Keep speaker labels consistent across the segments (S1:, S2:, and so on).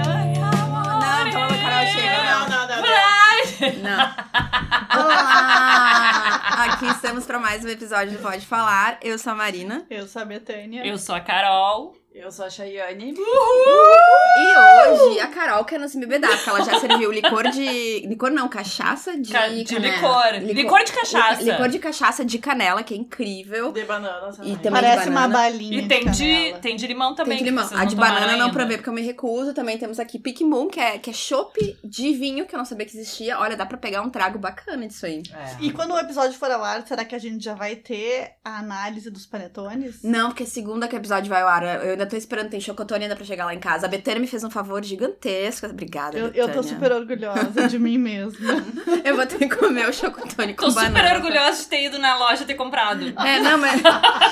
S1: Aqui estamos para mais um episódio do Pode Falar. Eu sou a Marina.
S2: Eu sou a Betânia.
S3: Eu sou a Carol.
S2: Eu sou a Chayane.
S1: E hoje a Carol quer nos embebedar, porque ela já serviu licor de. Licor não, cachaça de.
S3: Ca- de
S1: canela.
S3: licor. licor. de cachaça.
S1: Lica- Licor de cachaça de canela, que é incrível.
S2: De banana, sabe?
S1: E também-
S4: Parece
S1: de
S4: uma
S1: banana.
S4: balinha.
S3: E tem de,
S4: canela.
S3: tem de limão também.
S1: né? Tem de
S3: que
S1: limão.
S3: vocês
S1: A de
S3: tomaram
S1: banana eu não
S3: ainda.
S1: provei porque eu me recuso. Também temos aqui Pick Moon, que é, que é chopp de vinho, que eu não sabia que existia. Olha, dá pra pegar um trago bacana disso aí.
S4: E quando o episódio for ao ar, será que a gente já vai ter a análise dos panetones?
S1: Não, porque segunda que o episódio vai ao ar. Eu ainda tô esperando, tem chocotone ainda pra chegar lá em casa. A Betânia me fez um favor gigantesco. Obrigada,
S4: Eu, eu
S1: Betânia.
S4: tô super orgulhosa de mim mesma.
S1: Eu vou ter que comer o chocotone com
S3: Tô super
S1: banana.
S3: orgulhosa de ter ido na loja ter comprado.
S1: É, não, mas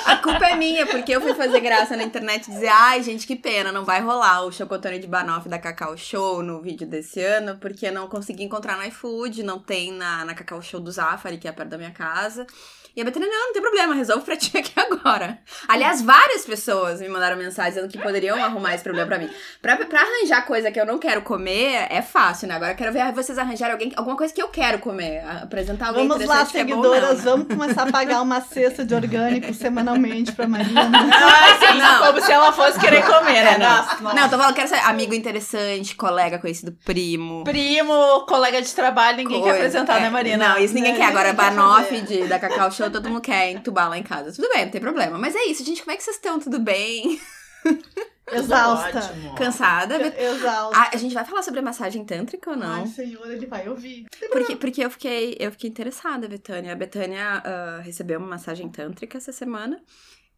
S1: a culpa é minha, porque eu fui fazer graça na internet e dizer, ai, gente, que pena, não vai rolar o chocotone de banoffee da Cacau Show no vídeo desse ano, porque não consegui encontrar no iFood, não tem na, na Cacau Show do Zafari, que é perto da minha casa. E a Betânia, não, não tem problema, resolvo pra ti aqui agora. Aliás, várias pessoas me mandaram mensagem dizendo que poderiam arrumar esse problema pra mim. Pra, pra arranjar coisa que eu não quero comer, é fácil, né? Agora eu quero ver vocês arranjarem alguém, alguma coisa que eu quero comer. Apresentar alguém
S4: Vamos lá,
S1: interessante que é bom, não,
S4: seguidoras,
S1: né?
S4: vamos começar a pagar uma cesta de orgânico semanalmente pra Marina. né?
S2: Ah, sim,
S1: Não.
S2: como se ela fosse querer comer, né? Nossa, nossa.
S1: Não, tô falando, quero ser amigo interessante, colega conhecido, primo.
S2: Primo, colega de trabalho, ninguém quer
S1: coisa.
S2: apresentar,
S1: É,
S2: né, Marina?
S1: Não, isso ninguém
S4: Né,
S1: quer. Agora,
S4: ninguém quer
S1: banoff
S4: fazer.
S1: de, da Cacau Show, todo mundo quer entubar lá em casa. Tudo bem, não tem problema. Mas é isso, gente. Como é que vocês estão? Tudo bem?
S4: Exausta.
S2: Ótimo.
S1: Cansada?
S4: Exausta.
S1: Ah, a gente vai falar sobre a massagem tântrica ou não?
S4: Ai, senhor, ele vai ouvir.
S1: Porque, porque eu, fiquei, eu fiquei interessada, Betânia. A Betânia ah, recebeu uma massagem tântrica essa semana.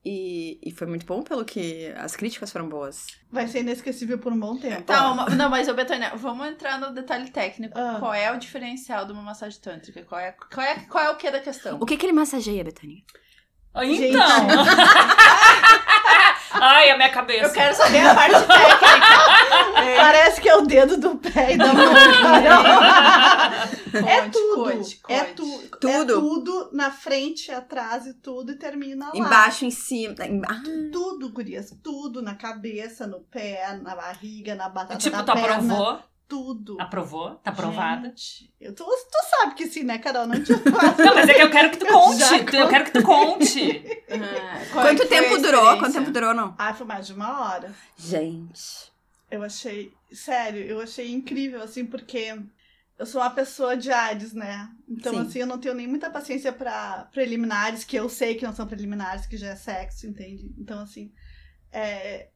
S1: E, e foi muito bom, pelo que as críticas foram boas.
S4: Vai ser inesquecível por um bom tempo.
S2: Tá, uma- não, mas, ô Betânia, vamos entrar no detalhe técnico.
S4: Ah.
S2: Qual é o diferencial de uma massagem tântrica? Qual é, qual é, qual é o que da questão?
S1: O que, que ele massageia, Betânia?
S4: Gente.
S3: Então. Ai, a minha cabeça.
S2: Eu quero saber a parte técnica.
S4: Parece que é o dedo do pé e da mão. É
S2: Conte, Ah,
S4: tudo.
S2: conte,
S4: É,
S2: conte.
S4: tu,
S1: Tudo.
S4: é tudo na frente, atrás e tudo, e termina lá.
S1: Embaixo, em cima. em- Ah,
S4: Tudo, gurias. Tudo na cabeça, no pé, na barriga, na batata
S3: Tipo,
S4: da
S1: Tá
S3: tu
S4: perna.
S3: aprovou?
S4: Tudo.
S3: Aprovou? Tá aprovada?
S4: Gente, eu tô, tu sabe que sim, né, Carol? Não te
S3: Não, mas é que eu quero que tu
S4: Eu já
S3: conte. Tu- Eu quero que tu conte.
S2: Ah, qual é
S1: quanto
S2: que foi a
S1: tempo durou? Quanto
S2: experiência?
S1: tempo durou, não?
S4: Ah, foi mais de uma hora.
S1: Gente.
S4: Eu achei, sério, eu achei incrível, assim, porque eu sou uma pessoa de Ares, né? Então,
S1: Sim.
S4: assim, eu não tenho nem muita paciência pra preliminares, que eu sei que não são preliminares, que já é sexo, entende? Então, assim, é,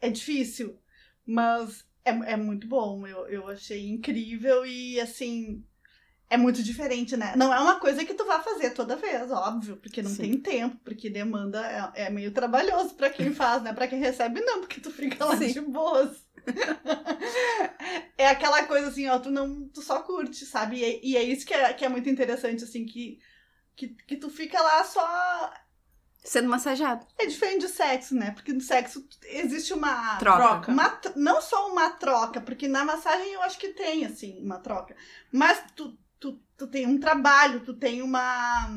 S4: é difícil, mas é, é muito bom. Eu, eu achei incrível e, assim, é muito diferente, né? Não é uma coisa que tu vai fazer toda vez, óbvio, porque não
S1: Sim.
S4: tem tempo, porque demanda, é, é meio trabalhoso pra quem faz, né? Pra quem recebe, não, porque tu fica lá
S1: Sim.
S4: de boas. É aquela coisa assim, ó, tu não, tu só curte, sabe? E é, e é isso que é, que é muito interessante, assim, que, que, que tu fica lá só.
S1: Sendo massageado.
S4: É diferente do sexo, né? Porque no sexo existe uma.
S1: Troca.
S4: uma tro- não só uma troca, porque na massagem eu acho que tem, assim, uma troca. Mas tu, tu, tu tem um trabalho, tu tem uma.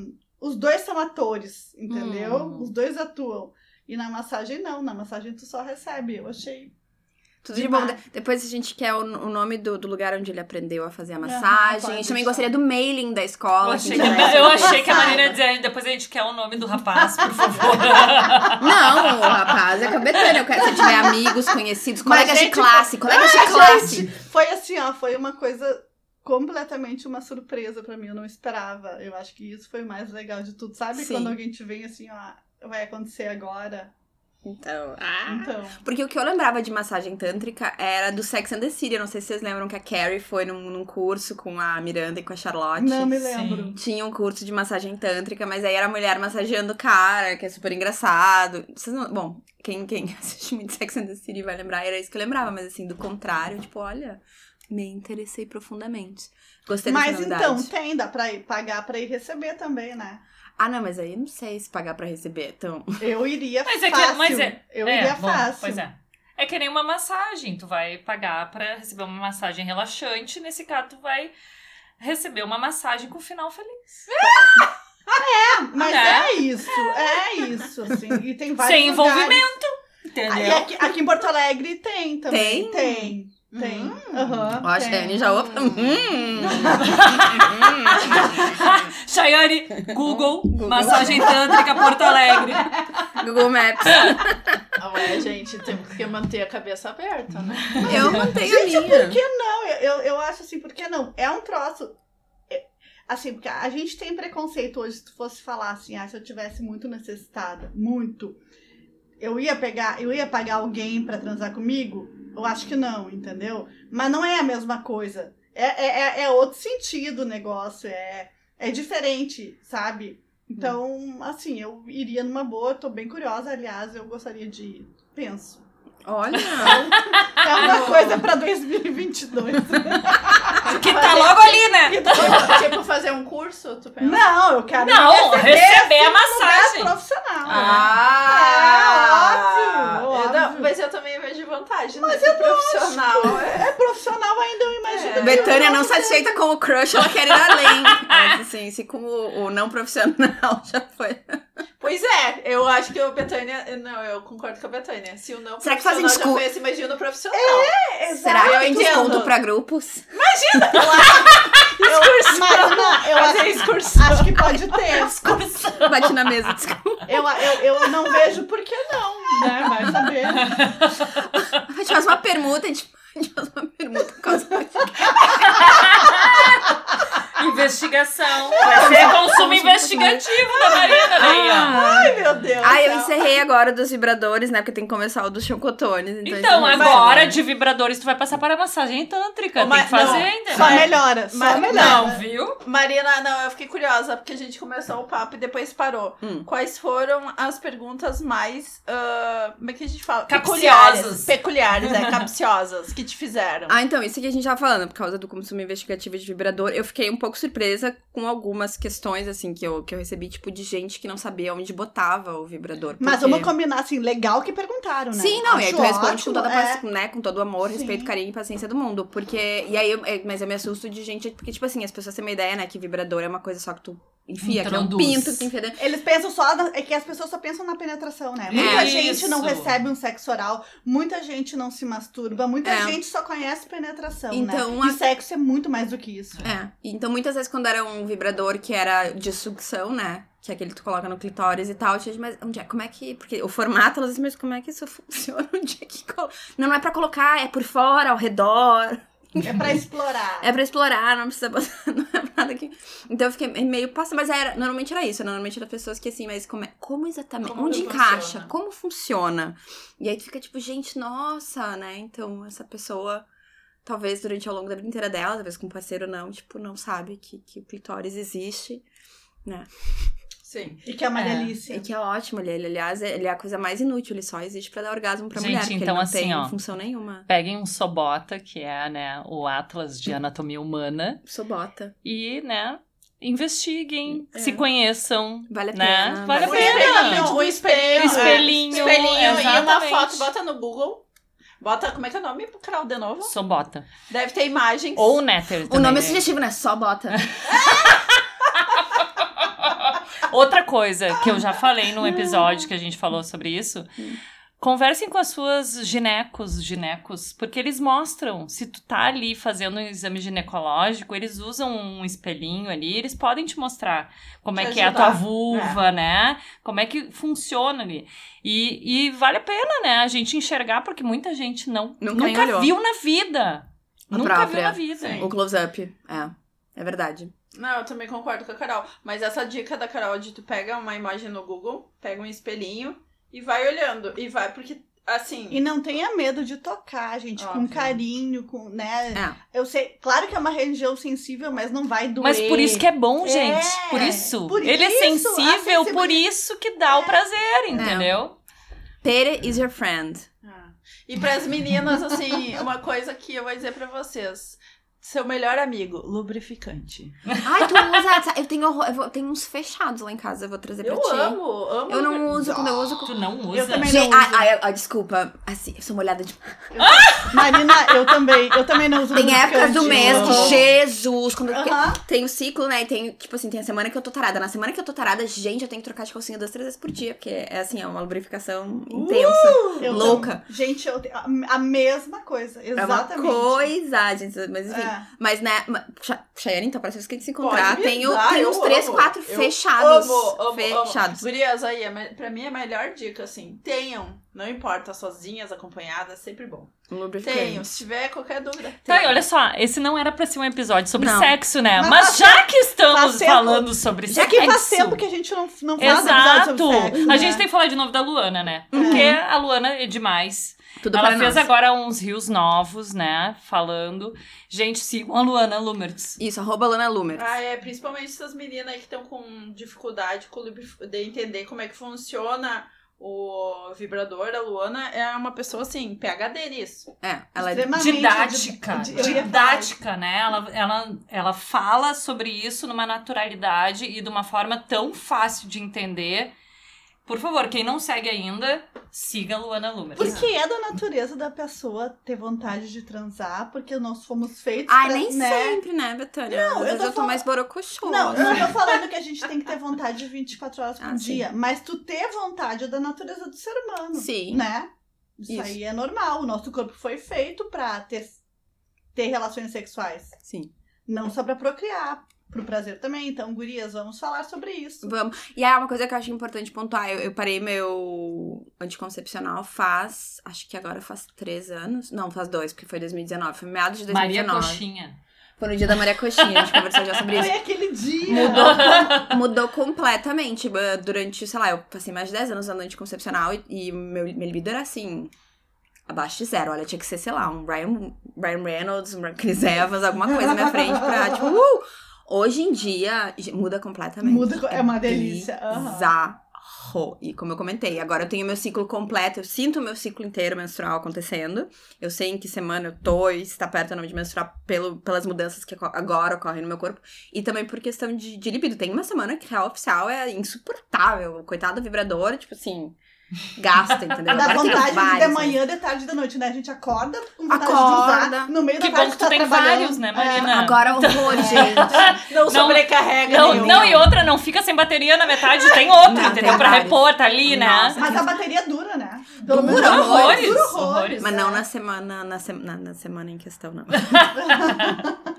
S4: Os dois são atores, entendeu?
S3: Hum.
S4: Os dois atuam. E na massagem não, na massagem tu só recebe. Eu achei.
S1: Tudo de bom.
S4: Demais.
S1: De- Depois a gente quer o, o nome do, do lugar onde ele aprendeu a fazer a
S4: Aham,
S1: massagem. a
S4: pode
S1: gente também
S4: deixar.
S1: gostaria do mailing da
S3: Eu
S1: escola. assim, né? a
S3: achei
S1: gente
S3: que,
S1: vai-
S3: eu achei que a Marina ia dizer, depois a gente quer o nome do rapaz, por favor.
S1: Não, rapaz, é com a Betânia. Eu quero que você tiver amigos, conhecidos,
S4: Mas,
S1: colegas de
S4: gente,
S1: classe. Colegas
S4: Ah,
S1: de classe.
S4: Foi assim, ó, foi uma coisa completamente uma surpresa pra mim, eu não esperava. Eu acho que isso foi o mais legal de tudo. Sabe
S1: Sim.
S4: quando alguém te vem assim, ó, vai acontecer agora?
S1: Então, ah.
S4: Então,
S1: Porque o que eu lembrava de massagem tântrica era do Sex and the City. Eu Não sei se vocês lembram que a Carrie foi num, num curso com a Miranda e com a Charlotte.
S4: não me
S3: sim.
S4: lembro.
S1: Tinha um curso de massagem tântrica, mas aí era a mulher massageando o cara, que é super engraçado. Vocês não- Bom, quem, quem assiste muito Sex and the City vai lembrar, era isso que eu lembrava, mas assim, do contrário, tipo, olha, me interessei profundamente. Gostei da
S4: Mas
S1: novidade.
S4: então, tem, dá pra ir pagar pra ir receber também, né?
S1: Ah, não, mas aí eu não sei se pagar pra receber, então.
S4: Eu iria
S3: Mas é que-
S4: fácil.
S3: mas é-
S4: eu
S3: é,
S4: iria
S3: bom,
S4: fácil.
S3: Pois é. É que nem uma massagem. Tu vai pagar pra receber uma massagem relaxante. Nesse caso, tu vai receber uma massagem com final feliz.
S4: Ah, Mas
S3: Né?
S4: é isso, é isso, assim. E tem vários
S3: Sem
S4: lugares.
S3: envolvimento.
S4: Ah, e
S3: Entendeu?
S4: aqui, aqui em Porto Alegre tem
S1: Tem?
S4: também. Tem. Tem.
S2: Uhum.
S4: Aham,
S1: Eu acho que
S4: tem.
S1: a Anne já. Opa!
S2: Hum.
S1: Hum.
S4: é.
S3: Chayane, Google,
S1: Google.
S3: massagem tântrica Porto Alegre.
S1: Google Maps.
S2: Ah, Ué, gente, temos que manter a cabeça aberta, né?
S1: Eu mantenho
S4: Gente,
S1: a minha.
S4: por que não? Eu, eu, eu acho assim, por que não? É um troço. é, Assim, porque a gente tem preconceito hoje, se tu fosse falar assim, ah, se eu tivesse muito necessitada, muito, eu ia pegar, eu ia pagar alguém pra transar comigo? Eu acho que não, entendeu? Mas não é a mesma coisa. É, é, é- é outro sentido o negócio, é, é diferente, sabe? Então, assim, eu iria numa boa, eu tô bem curiosa, aliás, eu gostaria de ir, penso.
S1: Olha.
S4: É uma coisa pra 2022.
S3: Que tá logo ali, né?
S2: tipo, fazer um curso, tu pensa?
S4: Não, eu quero
S3: Não, receber a
S1: é assim.
S4: massagem
S3: massagem.
S4: profissional.
S1: Ah!
S4: É, óbvio.
S2: Eu não-
S4: óbvio.
S2: mas eu também vejo vantagem mas nesse profissional.
S4: É profissional ainda, eu imagino.
S2: É.
S4: que
S1: Betânia
S4: eu
S1: não
S4: posso
S1: satisfeita com o crush, ela quer ir além. Mas, assim, se com o, o não profissional já foi.
S2: Pois é, eu acho que o Betânia. Não, eu concordo com a Betânia. Se o não
S1: Será que
S2: profissional
S1: fazem
S2: já
S1: discu-
S2: foi esse, imagina o profissional.
S4: ter.
S1: Será
S4: Exato.
S1: que
S2: Eu
S1: tem
S2: entendo.
S1: desconto pra grupos? É,
S4: Eu, mas não, eu
S2: Fazer
S4: acho,
S2: excursão.
S4: acho que pode ter.
S1: Bate na mesa, desculpa.
S4: Eu, eu, eu não vejo por que não, né? Vai saber.
S1: A gente faz uma permuta, a gente a gente faz uma permuta por causa
S3: Investigação. Vai ser consumo investigativo da Marina, né?
S4: Ai, meu Deus.
S1: Ah, eu
S4: do céu.
S1: encerrei agora dos vibradores, né? Porque tem que começar o dos chocotones. Então,
S3: Então,
S1: isso não
S3: agora
S1: vai.
S3: de vibradores, tu vai passar para a massagem tântrica. Tem
S2: Mas
S3: que fazer
S2: não,
S3: ainda.
S4: Só né?
S3: né?
S4: melhora, só
S2: Mas-
S4: melhora.
S3: Não, viu?
S2: Marina, não, eu fiquei curiosa porque a gente começou o papo e depois parou.
S1: Hum.
S2: Quais foram as perguntas mais. ah, como é que a gente fala?
S3: Capciosas.
S2: Peculiares, peculiares, é, capciosas que te fizeram.
S1: Ah, então, isso que a gente tava falando, por causa do consumo investigativo de vibrador, eu fiquei um pouco surpresa com algumas questões, assim, que eu, que eu recebi, tipo, de gente que não sabia onde botava o vibrador.
S4: Mas
S1: porque-
S4: vamos combinar, assim, legal que perguntaram, né?
S1: Sim, não, e aí
S4: Acho
S1: tu responde
S4: ótimo,
S1: com, toda,
S4: é.
S1: paci- né, com todo o amor,
S4: Sim.
S1: respeito, carinho e paciência do mundo. Porque. E aí, eu- é, mas eu me assusto de gente. Porque, tipo assim, as pessoas têm uma ideia, né? Que vibrador é uma coisa só que tu enfia, que é um
S3: Introduz.
S1: pinto, que tu enfia dentro.
S4: Eles pensam só. na- é que as pessoas só pensam na penetração, né? Muita
S3: É.
S4: gente não
S3: Isso.
S4: recebe um sexo oral, muita gente não se masturba, muita
S1: É.
S4: gente só conhece penetração.
S1: Então,
S4: né?
S1: a-
S4: E sexo é muito mais do que isso.
S1: É. Então, muitas vezes, quando era um vibrador que era de sucção, né? Que é aquele que tu coloca no clitóris e tal, eu tinha, mas onde é? Como é que. Porque o formato, elas dizem, mas como é que isso funciona? Onde é que. colo- Não, não é pra colocar, é por fora, ao redor.
S4: É pra explorar.
S1: É pra explorar, não precisa botar não é nada que. Então eu fiquei meio passa, mas era, normalmente era isso, né? normalmente era pessoas que assim, mas como, é- como exatamente?
S2: Como
S1: onde
S2: que
S1: encaixa?
S2: funciona?
S1: Como funciona? E aí tu fica tipo, gente, nossa, né? Então essa pessoa talvez durante ao longo da vida inteira dela, talvez com um parceiro ou não, tipo, não sabe que que o clitóris existe.
S2: Sim.
S4: E que é uma
S3: É.
S1: E
S4: delícia.
S1: que é ótimo, ele, ele, aliás, é- ele é a coisa mais inútil, ele só existe pra dar orgasmo pra
S3: Gente,
S1: mulher, porque
S3: então,
S1: ele não
S3: assim,
S1: tem
S3: ó.
S1: função nenhuma.
S3: Peguem um Sobota, que é né, o Atlas de Anatomia Humana,
S1: Sobota.
S3: e, né, investiguem,
S1: É.
S3: se conheçam,
S1: Vale a
S3: Né?
S1: pena. é
S3: Vale a
S2: Um
S3: pena.
S2: espelhinho,
S1: Tipo
S2: um espelhinho.
S4: Ah.
S2: é.
S3: Espelhinho,
S2: Espelhinho e uma
S3: exatamente.
S2: foto, bota no Google. Bota, como é que é o nome, Carol, de novo?
S3: Sobota.
S2: Deve ter imagens.
S3: Ou Netter
S1: O
S3: também,
S1: nome é
S3: né?
S1: sugestivo, né? Só bota.
S3: Outra coisa que eu já falei num episódio que a gente falou sobre isso. Conversem com as suas ginecos, ginecos, porque eles mostram. Se tu tá ali fazendo um exame ginecológico, eles usam um espelhinho ali, eles podem te mostrar como é
S2: Te
S3: que é a
S2: ajudar.
S3: tua vulva, né? Como é que funciona ali. E, e vale a pena, né, a gente enxergar, porque muita gente não
S1: Nunca
S3: nunca,
S1: nem olhou.
S3: viu na vida.
S1: A
S3: nunca viu
S1: própria.
S3: na vida.
S2: Sim.
S1: O close-up, é. É verdade.
S2: Não, eu também concordo com a Carol. Mas essa dica da Carol de tu pega uma imagem no Google, pega um espelhinho e vai olhando. E vai, porque, assim.
S4: E não tenha medo de tocar, gente, com
S2: Óbvio.
S4: carinho, com, né?
S1: É.
S4: Eu sei, claro que é uma região sensível, mas não vai doer.
S3: Mas por isso que é bom,
S4: É,
S3: gente. por isso.
S4: por
S3: Ele
S4: isso,
S3: é
S4: a
S3: sensível,
S4: sensibilidade- É.
S3: por isso que dá o prazer, entendeu?
S1: Tere is your friend.
S2: Ah. E pras meninas, assim, uma coisa que eu vou dizer pra vocês. Seu melhor amigo, lubrificante.
S1: Ai, tu não usa. essa- Eu tenho, horror- eu vou- tenho uns fechados lá em casa, eu vou trazer
S2: Eu
S1: pra ti.
S2: amo, amo.
S1: Eu não uso, quando eu uso.
S3: Tu não usa?
S4: Eu também
S1: Gente,
S4: não
S1: ai,
S4: uso.
S1: ai, ai, desculpa. Assim, eu sou molhada de.
S4: Marina, eu também, eu também não uso
S1: é Tem épocas do mês
S4: mesmo.
S1: que, Jesus, quando
S4: Aham.
S1: tem o ciclo, né? E tem, tipo assim, tem a semana que eu tô tarada. Na semana que eu tô tarada, gente, eu tenho que trocar de calcinha duas, três vezes por dia, porque é assim, é uma lubrificação
S2: Uh,
S1: intensa.
S4: Eu
S1: Louca.
S4: também. Gente, eu te- a, a mesma coisa,
S1: É uma
S4: exatamente.
S1: coisa, gente, mas enfim.
S4: É.
S1: Mas, né, ma- Cha- Chayane, então, parece que a gente se
S2: Pode
S1: encontrar.
S2: me
S1: Tem, o-
S2: dar,
S1: tem
S2: eu
S1: uns três,
S2: amo.
S1: quatro
S2: Eu
S1: fechados.
S2: Amo, amo,
S1: fechados.
S2: amo. Gurias, aí, é me- pra mim a melhor dica, assim, tenham. Não importa, sozinhas, acompanhadas, sempre bom.
S1: Um lubrificante.
S2: Tenham, se tiver qualquer dúvida.
S3: Tá, e
S2: tenham.
S3: olha só, esse não era pra ser um episódio sobre
S1: Não.
S3: sexo, né?
S4: Mas
S3: Mas
S4: faz
S3: já que estamos
S4: faz tempo-
S3: falando sobre
S4: Já
S1: é
S3: sexo.
S4: que faz tempo que a gente não, não faz episódio
S3: Exato!
S4: sobre sexo,
S3: A
S4: né?
S3: gente tem que falar de novo da Luana, né? Porque a Luana é demais.
S1: Tudo
S3: Ela
S1: para
S3: fez
S1: nós.
S3: agora uns rios novos, né? Falando. Gente, sigam a Luana Lumertz.
S1: Isso, arroba Lana Lumer.
S2: Ah, é, principalmente essas meninas aí que estão com dificuldade com o lubrif- de entender como é que funciona o vibrador. A Luana é uma pessoa assim, PHD nisso.
S1: É, ela é
S4: Extremamente
S3: Didática.
S4: di- eu ia
S3: Didática, né? Ela, ela, ela fala sobre isso numa naturalidade e de uma forma tão fácil de entender. Por favor, quem não segue ainda, siga a Luana Lumertz.
S4: Porque é da natureza da pessoa ter vontade de transar, porque nós fomos feitos
S1: Ai,
S4: pra,
S1: nem
S4: né?
S1: sempre, né, Betânia? Às
S4: eu
S1: vezes
S4: tô
S1: eu tô
S4: falando-
S1: mais borocochô. assim.
S4: Não, eu não tô falando que a gente tem que ter vontade de 24 horas por
S1: Ah, sim.
S4: dia, mas tu ter vontade é da natureza do ser humano,
S1: Sim.
S4: né? Isso,
S1: Isso.
S4: aí é normal, o nosso corpo foi feito pra ter, ter relações sexuais,
S1: Sim.
S4: não só pra procriar, pro prazer também. Então, gurias, vamos falar sobre isso.
S1: Vamos. E aí, uma coisa que eu acho importante pontuar: eu, eu parei meu anticoncepcional faz. Acho que agora faz três anos. Não, faz dois, porque foi 2019. Foi meados de
S3: Maria
S1: 2019.
S3: Coxinha.
S1: Foi no dia da Maria Coxinha, a gente conversou já sobre isso.
S4: Foi aquele dia.
S1: Mudou, com- mudou completamente. eh, Durante, sei lá, eu passei mais de 10 anos usando anticoncepcional e, e meu, minha libido era assim. Abaixo de zero. Olha, tinha que ser, sei lá, um Brian, Brian Reynolds, um Chris Evans, alguma coisa na minha frente pra, tipo, uh! Hoje em dia, ge- muda completamente.
S4: Muda, é uma delícia, aham.
S1: Bizarro. E como eu comentei, agora eu tenho meu ciclo completo, eu sinto o meu ciclo inteiro menstrual acontecendo. Eu sei em que semana eu tô e se tá perto ou não de menstruar pelo, pelas mudanças que aco- agora ocorrem no meu corpo. E também por questão de, de libido. Tem uma semana que real oficial é insuportável. Coitado do vibrador, tipo assim, gasta, entendeu?
S4: Dá
S1: Agora tem
S4: vontade de, de
S1: vários, né?
S4: manhã, de tarde e de noite, né? A gente acorda com vontade de
S1: Acorda.
S4: usar. No meio
S3: Que
S4: da tarde
S3: bom que
S4: tá
S3: tu tem
S4: trabalhando.
S3: vários, né,
S4: É.
S3: Marina?
S1: Agora é horror, gente.
S2: Não, sobrecarrega
S3: Não,
S2: nenhum.
S3: não, e outra, não fica sem bateria na metade, tem outra,
S1: Não,
S3: entendeu?
S1: tem
S3: pra
S1: várias.
S3: repor, tá ali, né?
S1: Nossa.
S4: Mas a bateria dura, né?
S1: Dura horrores,
S4: Dura horrores.
S1: Mas não
S4: é.
S1: na semana, na, se- na, na semana em questão, não.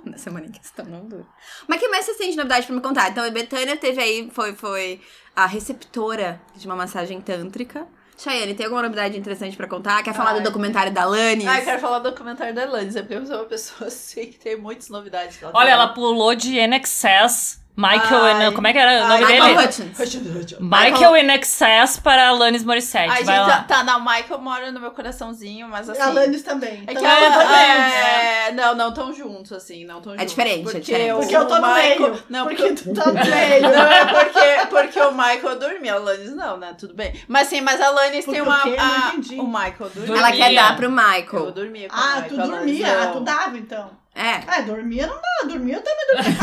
S1: na semana em questão, não dura. Mas que mais você tem de novidade pra me contar? Então, a Betânia teve aí, foi, foi a receptora de uma massagem tântrica. Chayane, tem alguma novidade interessante pra contar? Quer falar
S2: Ai.
S1: do documentário da Lani?
S2: Ah, eu quero falar do documentário da Elanice, porque eu sou uma pessoa assim que tem muitas novidades. que
S3: Olha,
S2: tem.
S3: ela pulou de In Excess, Michael
S2: Ai.
S3: and- Como é que era o
S2: Ai,
S3: nome
S1: Michael
S3: dele?
S1: Hutchins.
S3: Michael In Excess para Alanis Morissette.
S2: Ai,
S3: vai
S2: gente,
S3: lá.
S2: tá, não, Michael mora no meu coraçãozinho, mas assim...
S4: A Lannis também.
S2: É
S4: Então,
S2: que ela
S4: eu também.
S2: é, Não, não tão juntos, assim, não tão juntos.
S1: diferente, é
S2: porque
S1: diferente.
S2: o
S4: Porque eu tô no
S2: Michael-
S4: meio.
S2: Não, porque,
S4: porque tu tá no meio.
S2: Não, é porque, porque o Michael dormia, a Lannis não, né? Tudo bem. Mas sim, mas a Lannis tem
S4: Porque
S2: uma.
S4: o quê? Não
S2: a-
S4: entendi.
S2: o Michael dormia.
S1: Ela quer
S3: Dormia.
S1: dar pro
S2: Eu
S1: Michael.
S2: dormia com o
S4: Ah,
S2: Michael.
S4: tu
S2: a Lannis
S4: dormia. Ah,
S2: não.
S4: tu dava, então.
S1: É.
S4: Ah, dormia não dá. Dormia eu também.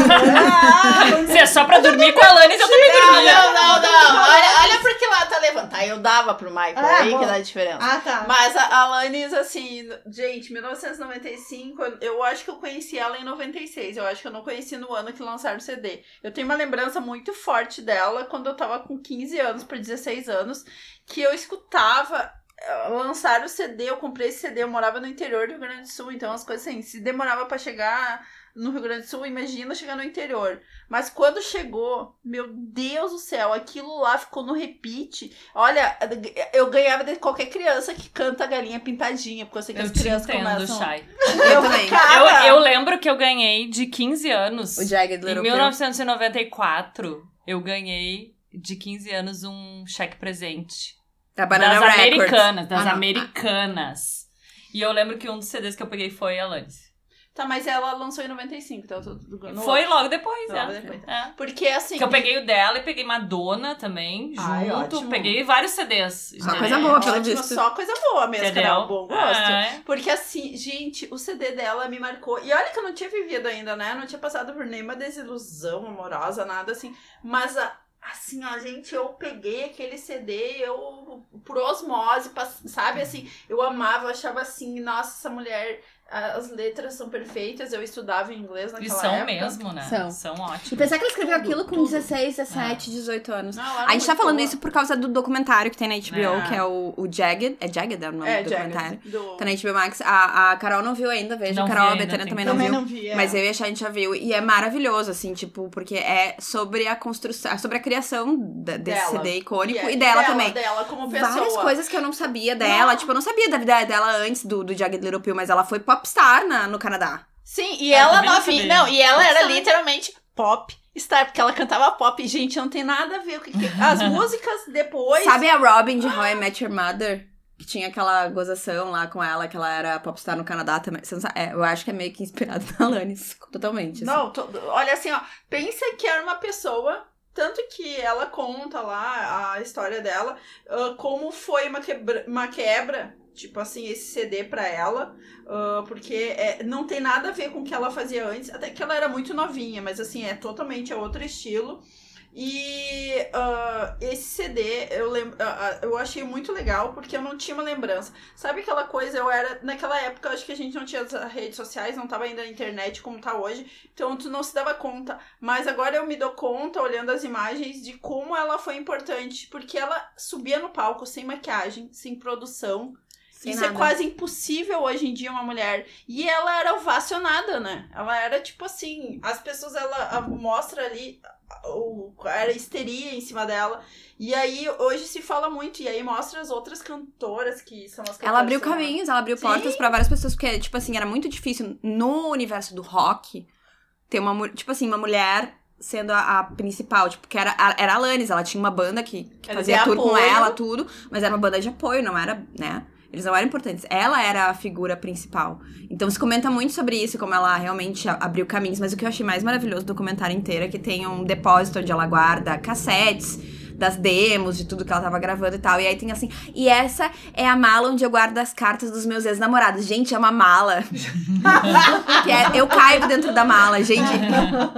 S2: Ah,
S3: Se é só pra dormir com a Alanis, eu também
S2: não,
S3: dormia.
S2: Ah, não, não, não. Olha, olha pra que lado tá levantar. Eu dava pro Michael,
S4: Ah,
S2: aí que
S4: bom.
S2: dá a diferença.
S4: Ah, tá.
S2: Mas a Alanis, assim, gente, 1995, eu- eu acho que eu conheci ela em 96. Eu acho que eu não conheci no ano que lançaram o CD. Eu tenho uma lembrança muito forte dela quando eu tava com 15 anos para 16 anos, que eu escutava eh, lançaram o CD, eu comprei esse CD, eu morava no interior do Rio Grande do Sul, então as coisas assim, se demorava pra chegar no Rio Grande do Sul, imagina chegar no interior. Mas quando chegou, meu Deus do céu, aquilo lá ficou no repeat. Olha, eu ganhava de qualquer criança que canta galinha pintadinha, porque eu sei que as
S3: Eu te
S2: crianças
S3: entendo,
S2: começam.
S3: Shai.
S1: Eu também.
S3: Eu,
S2: cara,
S3: eu lembro que eu ganhei de 15 anos.
S1: Ah, tá. O Jagged
S3: Em
S1: Little Pill.
S3: 1994, eu ganhei de 15 anos um cheque presente.
S1: Da Banana
S3: das
S1: Records.
S3: americanas, das
S1: Ah, não.
S3: americanas. E eu lembro que um dos CDs que eu peguei foi a Alanis.
S2: Tá, mas ela lançou em 95, então eu tô do no
S3: Foi
S2: outro.
S3: logo depois,
S2: Logo
S3: né?
S2: depois.
S3: É.
S2: Porque assim.
S3: Que eu peguei o dela e peguei Madonna também,
S2: Ai,
S3: junto.
S2: ótimo.
S3: Peguei vários CDs.
S1: Só
S3: entendeu?
S1: coisa boa, pelo
S2: Ah, é ótimo,
S1: visto.
S2: Só coisa boa mesmo,
S3: Entendeu?
S2: canal bom gosto.
S3: É.
S2: Porque assim, gente, o CD dela me marcou. E olha que eu não tinha vivido ainda, né? Eu não tinha passado por nenhuma desilusão amorosa, nada assim. Mas a- assim, ó, gente, eu peguei aquele CD, eu, por osmose, pass- sabe? Assim, eu amava, eu achava assim, nossa, essa mulher, a- as letras são perfeitas. Eu estudava inglês
S3: E
S2: naquela
S3: são
S2: época.
S3: mesmo, né?
S1: São. E
S3: ótimos.
S1: pensar que ela escreveu
S2: Tudo,
S1: aquilo com
S2: tudo.
S1: 16, 17, 18 anos.
S2: Não, ela era
S1: É. A gente tá
S2: muito
S1: falando
S2: boa.
S1: isso por causa do documentário que tem na HBO,
S2: É.
S1: que é o, o Jagged. É Jagged é o nome
S2: É,
S1: do documentário?
S2: Jagged, do...
S1: Tá na HBO Max. A, a Carol não viu ainda, veja.
S3: Não
S1: a Carol
S3: vi ainda,
S1: Betânia
S3: tem
S1: também
S3: que
S1: não
S4: Também
S1: viu.
S4: não vi. é.
S1: Mas eu e a Chay, a gente já viu. E é maravilhoso, assim, tipo, porque é sobre a construção, é sobre a criação da- desse
S2: Dela.
S1: CD icônico
S2: é,
S1: e dela, também.
S2: Dela como pessoa.
S1: Várias coisas que eu não sabia dela. Tipo, eu não sabia da vida dela antes do, do Jagged Little Pill, mas ela foi popstar na, no Canadá.
S2: Sim, e
S3: Ah, eu
S2: ela
S3: também não
S2: novinha.
S3: sabia.
S2: Não, e ela era
S1: Nossa,
S2: literalmente pop star, porque ela cantava pop. Gente, não tem nada a ver. O que que- As músicas depois.
S1: Sabe a Robin de How I Met Your Mother? Que tinha aquela gozação lá com ela, que ela era popstar no Canadá também. Você não sabe? É, eu acho que é meio que inspirado na Alanis. Totalmente. assim.
S2: Não, tô- olha assim, ó. Pensa que era uma pessoa. Tanto que ela conta lá a história dela, ah, como foi uma quebra, uma quebra, tipo assim, esse CD pra ela, ah, porque é, não tem nada a ver com o que ela fazia antes, até que ela era muito novinha, mas assim, é totalmente é outro estilo. E ah, esse CD eu, lem- ah, ah, eu achei muito legal porque eu não tinha uma lembrança. Sabe aquela coisa? Eu era. Naquela época, eu acho que a gente não tinha as redes sociais, não tava ainda a internet como tá hoje. Então tu não se dava conta. Mas agora eu me dou conta, olhando as imagens, de como ela foi importante. Porque ela subia no palco sem maquiagem, sem produção.
S1: Sem
S2: Isso é
S1: nada.
S2: quase impossível hoje em dia, uma mulher. E ela era ovacionada, né? Ela era tipo assim. As pessoas, ela a- mostra ali. a- O, era histeria em cima dela. E aí, hoje se fala muito. E aí, mostra as outras cantoras que são as cantoras.
S1: Ela abriu
S2: sei lá.
S1: caminhos, ela abriu
S2: Sim.
S1: portas pra várias pessoas, porque, tipo assim, era muito difícil no universo do rock ter uma, mu- tipo assim, uma mulher sendo a, a principal, tipo, que era, a- era a Alanis, ela tinha uma banda que, que
S2: Era
S1: fazia
S2: de
S1: tour com
S2: apoio.
S1: ela, tudo, mas era uma banda de apoio, não era, né? Eles não eram importantes. Ela era a figura principal. Então se comenta muito sobre isso, como ela realmente a- abriu caminhos. Mas o que eu achei mais maravilhoso do documentário inteiro é que tem um depósito onde ela guarda cassetes das demos, de tudo que ela tava gravando e tal. E aí tem assim, e essa é a mala onde eu guardo as cartas dos meus ex-namorados. Gente, é uma mala. que é, eu caio dentro da mala, gente.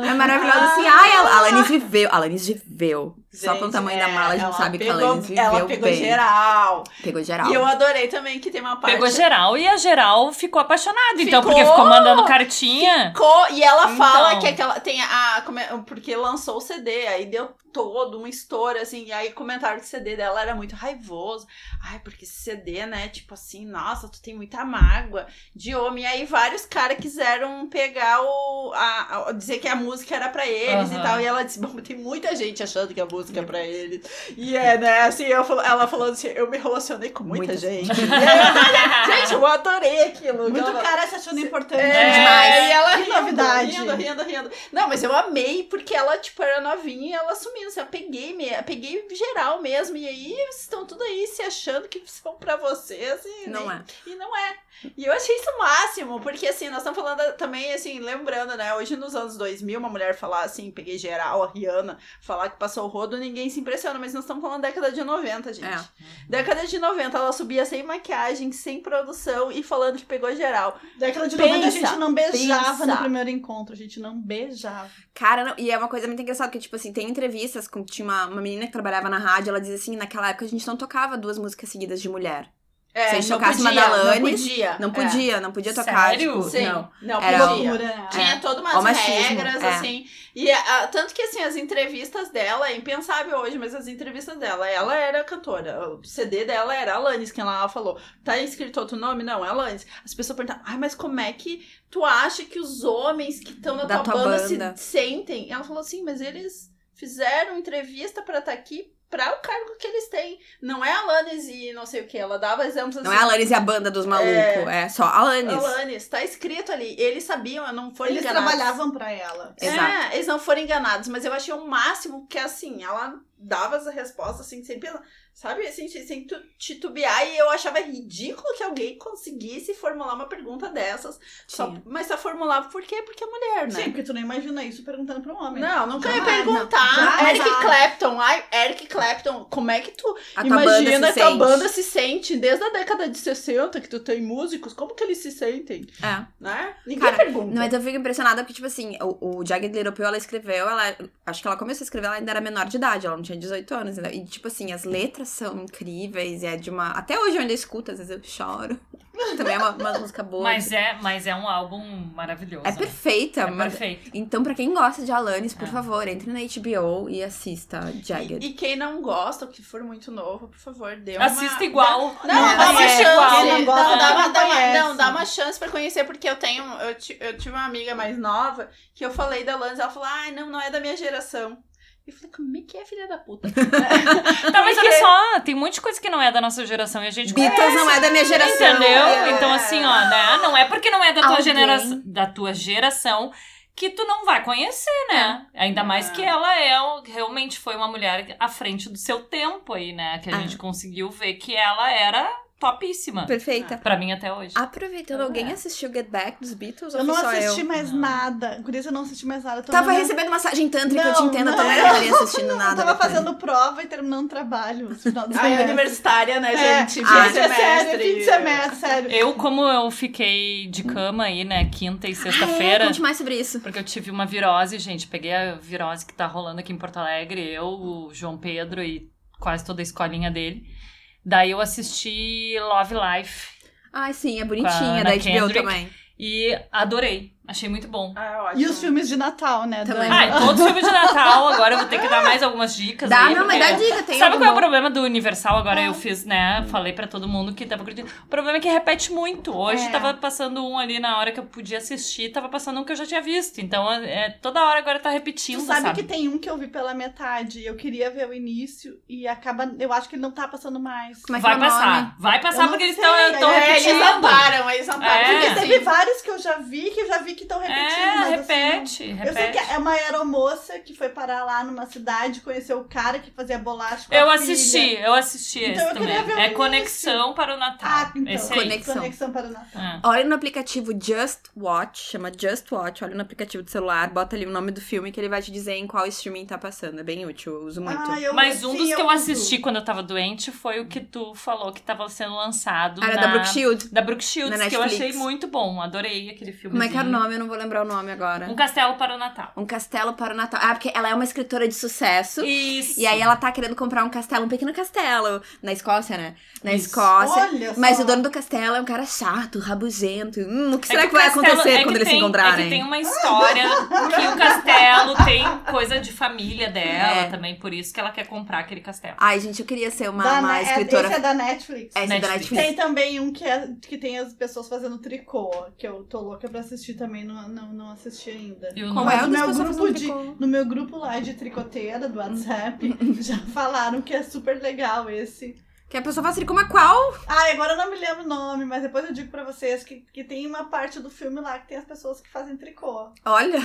S1: É maravilhoso assim. Ai, a Alanis viveu. A Alanis viveu. Só pelo
S2: Gente,
S1: tamanho da
S2: é,
S1: mala a gente
S2: ela
S1: sabe que a
S2: pegou-
S1: Alanis viveu
S2: Ela pegou
S1: bem.
S2: geral.
S1: Pegou geral.
S2: E eu adorei também que tem uma parte.
S3: Pegou geral e a geral ficou apaixonada, então,
S2: Ficou!
S3: porque ficou mandando cartinha.
S2: Co- E ela
S3: Então.
S2: fala que aquela. Tem a. como é- porque lançou o CD, aí deu todo um estouro, assim. E aí comentaram que o CD dela era muito raivoso. Ai, porque esse CD, né? Tipo assim, nossa, tu tem muita mágoa de homem. E aí vários caras quiseram pegar o. a- a- dizer que a música era pra eles e
S3: Aham.
S2: tal. E ela disse: Bom, tem muita gente achando que a música é pra eles. E é, né? Assim, eu falo- ela falou assim: Eu me relacionei com muita,
S1: Muita
S2: gente. E aí, gente, eu adorei aquilo.
S4: Muito
S2: Ela-
S4: cara se achando importante.
S2: é,
S1: demais.
S2: E ela
S4: Que
S2: rindo,
S4: novidade.
S2: rindo, rindo, rindo. Não, mas eu amei, porque ela, tipo, era novinha e ela assumindo. Assim, eu peguei, me, eu peguei geral mesmo. E aí, vocês estão tudo aí se achando que são pra vocês. E
S1: Não
S2: nem-
S1: é.
S2: E não é. E eu achei isso o máximo, porque, assim, nós estamos falando também, assim, lembrando, né? Hoje, nos anos 2000, uma mulher falar assim, peguei geral, a Rihanna, falar que passou o rodo, ninguém se impressiona. Mas nós estamos falando da década de 90, gente.
S1: É.
S2: Década de 90, ela subia sem maquiagem, sem produção e falando que pegou geral.
S4: Daquela de
S2: Pensa,
S4: 90 a gente não beijava
S2: pensa.
S4: no primeiro encontro, a gente não beijava.
S1: Cara, não- e é uma coisa muito engraçada, que, tipo assim, tem entrevistas com. Tinha uma, uma menina que trabalhava na rádio, ela dizia assim: naquela época a gente não tocava duas músicas seguidas de mulher.
S2: É,
S1: Se a gente
S2: não
S1: tocasse uma
S2: podia,
S1: da Alanis,
S2: Não podia.
S1: Não
S2: É.
S1: podia, não podia tocar.
S3: Sério?
S1: tipo,
S2: Sim,
S1: Não.
S2: não,
S1: Era
S2: podia.
S4: Loucura, né?
S2: Tinha todas
S1: É. Ó, o
S2: umas
S1: machismo,
S2: regras,
S1: é.
S2: assim. E ah, tanto que, assim, as entrevistas dela, é impensável hoje, mas as entrevistas dela, ela era cantora. O CD dela era Alanis, que ela falou. Tá escrito outro nome? Não, é Alanis. As pessoas perguntavam, ai, mas como é que tu acha que os homens que estão na
S1: Da
S2: tua,
S1: tua
S2: banda,
S1: banda.
S2: se sentem? Ela falou assim, mas eles fizeram entrevista pra estar aqui pra o cargo que eles têm. Não é Alanis e não sei o que. Ela dava exemplos
S1: Não
S2: assim.
S1: é a Alanis e a banda dos malucos, é, só a Alanis.
S2: Alanis, tá escrito ali. Eles sabiam, não foram
S4: Eles
S2: enganados.
S4: trabalhavam pra ela.
S1: É. Exato.
S2: É, eles não foram enganados, mas eu achei o máximo que assim, ela dava as respostas assim, sem pensar. Sabe, assim, sem sem tu- titubear. E eu achava ridículo que alguém conseguisse formular uma pergunta dessas. Só,
S1: Tinha.
S2: mas só formulava por quê? Porque é mulher, né?
S4: Sim, porque tu não imagina isso perguntando pra um homem.
S2: Não, nunca ia
S1: Jamais,
S2: perguntar.
S1: não. Jamais.
S2: Eric Clapton, ai, Eric Clapton, como é que tu
S1: A tua
S2: imagina
S1: banda
S2: que
S1: se
S2: a
S1: sente.
S2: banda se sente desde a década de 60 que tu tem músicos, como que eles se sentem,
S1: É.
S2: né? Ninguém
S1: Cara, é
S2: pergunta.
S1: Mas eu fico impressionada porque, tipo assim, o, o Jagged Little Pill, ela escreveu, ela... Acho que ela começou a escrever, ela ainda era menor de idade, ela não tinha 18 anos. ainda. E, tipo assim, as letras são incríveis e é de uma... Até hoje eu ainda escuto, às vezes eu choro. Também é uma, uma música boa. assim.
S3: Mas é, mas é um álbum maravilhoso.
S1: É
S3: né?
S1: perfeita,
S3: É
S1: mas...
S3: perfeito.
S1: Então, pra quem gosta de Alanis, por
S3: É.
S1: favor, entre na HBO e assista Jagged.
S2: E quem não gosta, que for muito novo, por favor, dê uma...
S3: Assista igual.
S2: Não,
S4: É,
S2: dá uma
S4: é,
S2: chance.
S4: quem não
S2: Não,
S4: gosta,
S2: dá, uma,
S4: não
S2: dá uma-
S4: conhece.
S2: não, dá uma chance pra conhecer, porque eu tenho. Eu, ti- eu tive uma amiga mais nova que eu falei da Lance, ela falou: ai, não, não é da minha geração. E eu falei, como é que é, filha da puta?
S3: Tá, mas olha só, tem um monte de coisa que não é da nossa geração e a gente
S1: Beatles não é da minha geração.
S3: Entendeu?
S1: É.
S3: Então, assim, ó, né? Não é porque não é da tua,
S1: Alguém.
S3: generação, da tua geração que tu não vai conhecer, né? Ainda mais que ela é o- realmente foi uma mulher à frente do seu tempo aí, né? Que a
S1: Ah.
S3: gente conseguiu ver que ela era topíssima.
S1: Perfeita.
S3: Pra mim até hoje.
S1: Ah, Aproveitando, alguém
S3: É.
S1: assistiu Get Back dos Beatles?
S4: Eu
S1: ou
S4: não
S1: foi só
S4: assisti
S1: eu?
S4: mais
S3: Não.
S4: nada. Por isso eu não assisti mais nada. Eu tô
S1: Tava
S4: mandando-
S1: recebendo massagem tântrica, eu te
S4: Não,
S1: entendo, eu
S4: não,
S1: também não estaria assistindo nada.
S4: Tava
S1: Betânia.
S4: fazendo prova e terminando trabalho. esse final do
S2: Ai, é
S4: semestre.
S2: universitária, né,
S4: É,
S2: gente?
S1: ah,
S4: é sério, fim de semestre, sério.
S3: Eu, como eu fiquei de cama aí, né? Quinta e
S1: Ah, é?
S3: sexta-feira.
S1: Conte mais sobre isso.
S3: Porque eu tive uma virose, gente. Peguei a virose que tá rolando aqui em Porto Alegre. Eu, o João Pedro e quase toda a escolinha dele. Daí eu assisti Love Life.
S1: Ai, sim, é
S3: Com a
S1: bonitinha,
S3: Anna
S1: da HBO
S3: Ah, Kendrick.
S1: também.
S3: E adorei. Achei muito bom.
S2: Ah, ótimo.
S4: E os filmes de Natal, né?
S1: Também.
S3: Ah, e todos os filmes de Natal. Agora eu vou ter que dar mais algumas dicas.
S1: é. Dá,
S3: Tá aí,
S1: não, mas
S3: porque-
S1: dá dica, tem
S3: Sabe
S1: algum
S3: qual é o
S1: bom?
S3: problema do Universal? Agora
S4: Ah.
S3: eu fiz, né? Falei pra todo mundo que tava curtindo. O problema é que repete muito. Hoje
S4: É.
S3: tava passando um ali na hora que eu podia assistir, tava passando um que eu já tinha visto. Então é, toda hora agora tá repetindo,
S4: Tu sabe, que tem um que eu vi pela metade. Eu queria ver o início e acaba. Eu acho que ele não tá passando mais.
S1: Como é que é
S3: vai
S1: o nome?
S3: passar. Vai
S4: Eu
S3: passar
S4: não
S3: porque eles
S4: sei,
S3: estão
S4: é,
S3: tão
S2: É, eles
S3: repetindo.
S2: amparam, eles amparam.
S3: É.
S4: Porque teve vários que eu já vi, que eu já vi que estão repetindo. mas,
S3: É,
S4: assim,
S3: repete,
S4: eu sei que
S3: repete.
S4: é uma aeromoça que foi parar lá numa cidade, conheceu o cara que fazia bolacha com a
S3: Eu
S4: filha.
S3: assisti, eu assisti
S4: Então eu
S3: esse
S4: queria ver o
S3: também. É
S4: início.
S3: Conexão para o Natal.
S4: Ah, então.
S3: Esse aí.
S1: Conexão.
S4: Conexão para o Natal.
S3: Ah.
S1: Olha no aplicativo Just Watch, chama Just Watch, olha no aplicativo do celular, bota ali o nome do filme que ele vai te dizer em qual streaming tá passando. É bem útil, eu uso muito.
S4: Ah, eu-
S3: Mas um
S4: sim,
S3: dos que eu
S4: uso.
S3: assisti quando eu tava doente foi o que tu falou que tava sendo lançado.
S4: Ah,
S1: Era
S3: na...
S1: da Brooke Shield.
S3: Da Brooke Shields,
S1: Na
S3: que eu
S1: Netflix.
S3: achei muito bom. Adorei aquele filme.
S1: Como é que era o nome? Eu não vou lembrar o nome agora.
S3: Um Castelo para o Natal.
S1: Um castelo para o Natal. Ah, porque ela é uma escritora de sucesso.
S3: Isso.
S1: E aí ela tá querendo comprar um castelo, um pequeno castelo, na Escócia, né? Na
S3: Isso.
S1: Escócia.
S4: Olha
S1: Mas
S4: só.
S1: o dono do castelo é um cara chato, rabugento. Hum, o que
S3: É
S1: será que,
S3: o
S1: vai
S3: castelo-
S1: acontecer
S3: é que
S1: quando eles
S3: tem-
S1: se encontrarem?
S3: É que tem uma história que o castelo tem coisa de família dela
S1: É.
S3: também, por isso que ela quer comprar aquele castelo.
S1: Ai, gente, eu queria ser uma,
S4: da,
S1: uma
S4: Ne- é-
S1: escritora.
S4: Esse é da Netflix.
S1: Essa é da
S3: Netflix.
S1: Netflix.
S4: Tem também um que, é, que tem as pessoas fazendo tricô, que eu tô louca pra assistir também, não, não, não assisti ainda.
S3: E o
S1: Como
S3: nome-
S1: é
S4: Mas
S1: o das
S4: no meu
S1: pessoas
S4: grupo
S1: fazendo
S4: de-
S1: tricô?
S4: No meu grupo lá de tricoteira do WhatsApp, já falaram que é super legal esse.
S1: Que a pessoa faz assim, como é qual?
S4: Ai, agora eu não me lembro o nome, mas depois eu digo pra vocês que, que tem uma parte do filme lá que tem as pessoas que fazem tricô.
S1: Olha,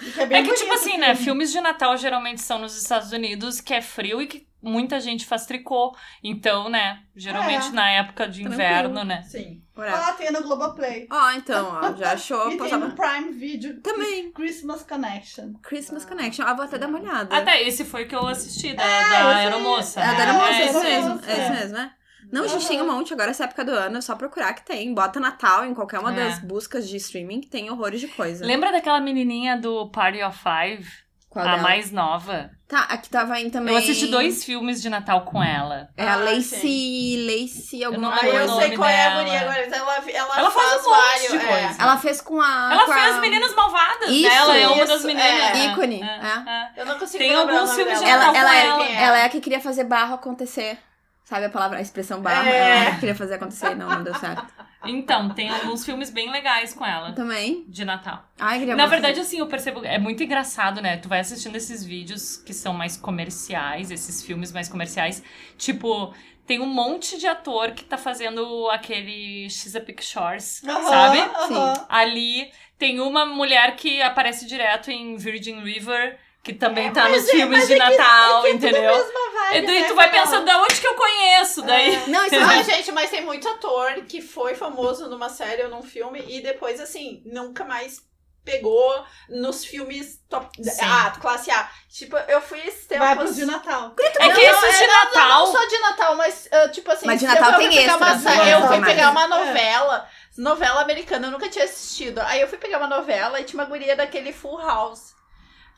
S4: E que é bem
S3: É que, tipo
S4: bonito o
S3: assim,
S4: filme.
S3: né? Filmes de Natal geralmente são nos Estados Unidos, que é frio e que muita gente faz tricô. Então, né? Geralmente
S4: É.
S3: na época de
S1: Tranquilo.
S3: inverno, né?
S2: Sim.
S1: Ó,
S4: Ah, tem no Globoplay.
S1: então, ó, já achou.
S4: e
S1: posso
S4: tem um no
S1: ab-
S4: Prime Video.
S1: Também,
S4: Christmas Connection.
S1: Christmas Connection. Ah, vou até dar uma olhada.
S3: Até esse foi que eu assisti, da,
S4: É,
S3: da
S4: esse aí.
S3: Aeromoça.
S1: É,
S3: né?
S1: da Aeromoça, é
S4: é,
S1: isso
S4: é,
S1: mesmo.
S4: é.
S1: É isso mesmo, né? Não,
S4: Aham.
S1: gente, tem um monte agora, essa época do ano, é só procurar que tem. Bota Natal em qualquer uma
S3: É.
S1: das buscas de streaming que tem horrores de coisa.
S3: Lembra daquela menininha do Party of Five?
S1: Qual
S3: a
S1: dela?
S3: mais nova.
S1: Tá, aqui tava em também.
S3: Ah, Eu assisti dois filmes de Natal com ela.
S1: É a
S2: Ah,
S1: Lacey, Lacey alguma
S3: não
S2: Aí
S1: coisa.
S3: lembro
S2: eu
S3: o
S2: sei
S3: nome
S2: qual é a
S3: dela.
S2: guria agora. mas Ela, ela,
S3: Ela faz um
S2: faz
S3: monte de
S2: vários, é.
S3: coisa.
S1: Ela fez com a.
S3: ela
S1: com
S3: fez
S1: a
S3: Meninas Malvadas,
S1: Isso,
S3: né? Ela é uma das
S2: isso,
S3: meninas.
S1: é.
S3: né?
S1: Ícone,
S3: É,
S1: é.
S3: é.
S2: Eu não consigo
S3: Tem
S2: lembrar
S3: alguns
S2: o nome
S3: filmes de né?
S2: dela.
S1: Ela,
S3: Natal
S1: ela,
S3: com
S1: é,
S3: ela.
S1: ela é a que queria fazer barro acontecer. Sabe a palavra, a expressão barro?
S2: É.
S1: Ela que queria fazer acontecer, não, não deu certo.
S3: Então, tem alguns filmes bem legais com ela.
S1: Também.
S3: De Natal.
S1: Ai, queria
S3: Na
S1: muito
S3: verdade, assim, eu percebo. É muito engraçado, né? Tu vai assistindo esses vídeos que são mais comerciais, esses filmes mais comerciais. Tipo, tem um monte de ator que tá fazendo aquele X a Pictures,
S4: Aham,
S3: sabe?
S4: aham.
S3: Ali tem uma mulher que aparece direto em Virgin River. que também tá
S4: mas
S3: nos
S4: é-
S3: filmes
S4: mas
S3: de
S4: é que- é
S3: Natal,
S4: que é tudo a
S3: entendeu?
S4: mesma vibe,
S3: E daí
S4: né,
S2: é
S3: tu vai
S4: Carol?
S3: pensando, de onde que eu conheço? Daí.
S1: Não, isso
S2: Ah,
S1: é
S2: gente, mas tem muito ator que foi famoso numa série ou num filme e depois, assim, nunca mais pegou nos filmes top.
S3: Sim.
S2: Ah, classe A. Tipo, eu fui esses tempos.
S4: Vai pros de Natal.
S3: É que
S2: Não,
S3: esses de
S2: não, não,
S3: Natal.
S2: Não, só de Natal, mas ah, tipo assim.
S1: Mas de
S2: se eu
S1: Natal
S2: fui
S1: tem
S2: pegar uma
S1: extras,
S2: sa-
S4: né?
S2: Eu fui
S4: Extras.
S2: pegar uma
S4: É.
S2: novela, novela americana, eu nunca tinha assistido. Aí eu fui pegar uma novela e tinha uma guria daquele Full House.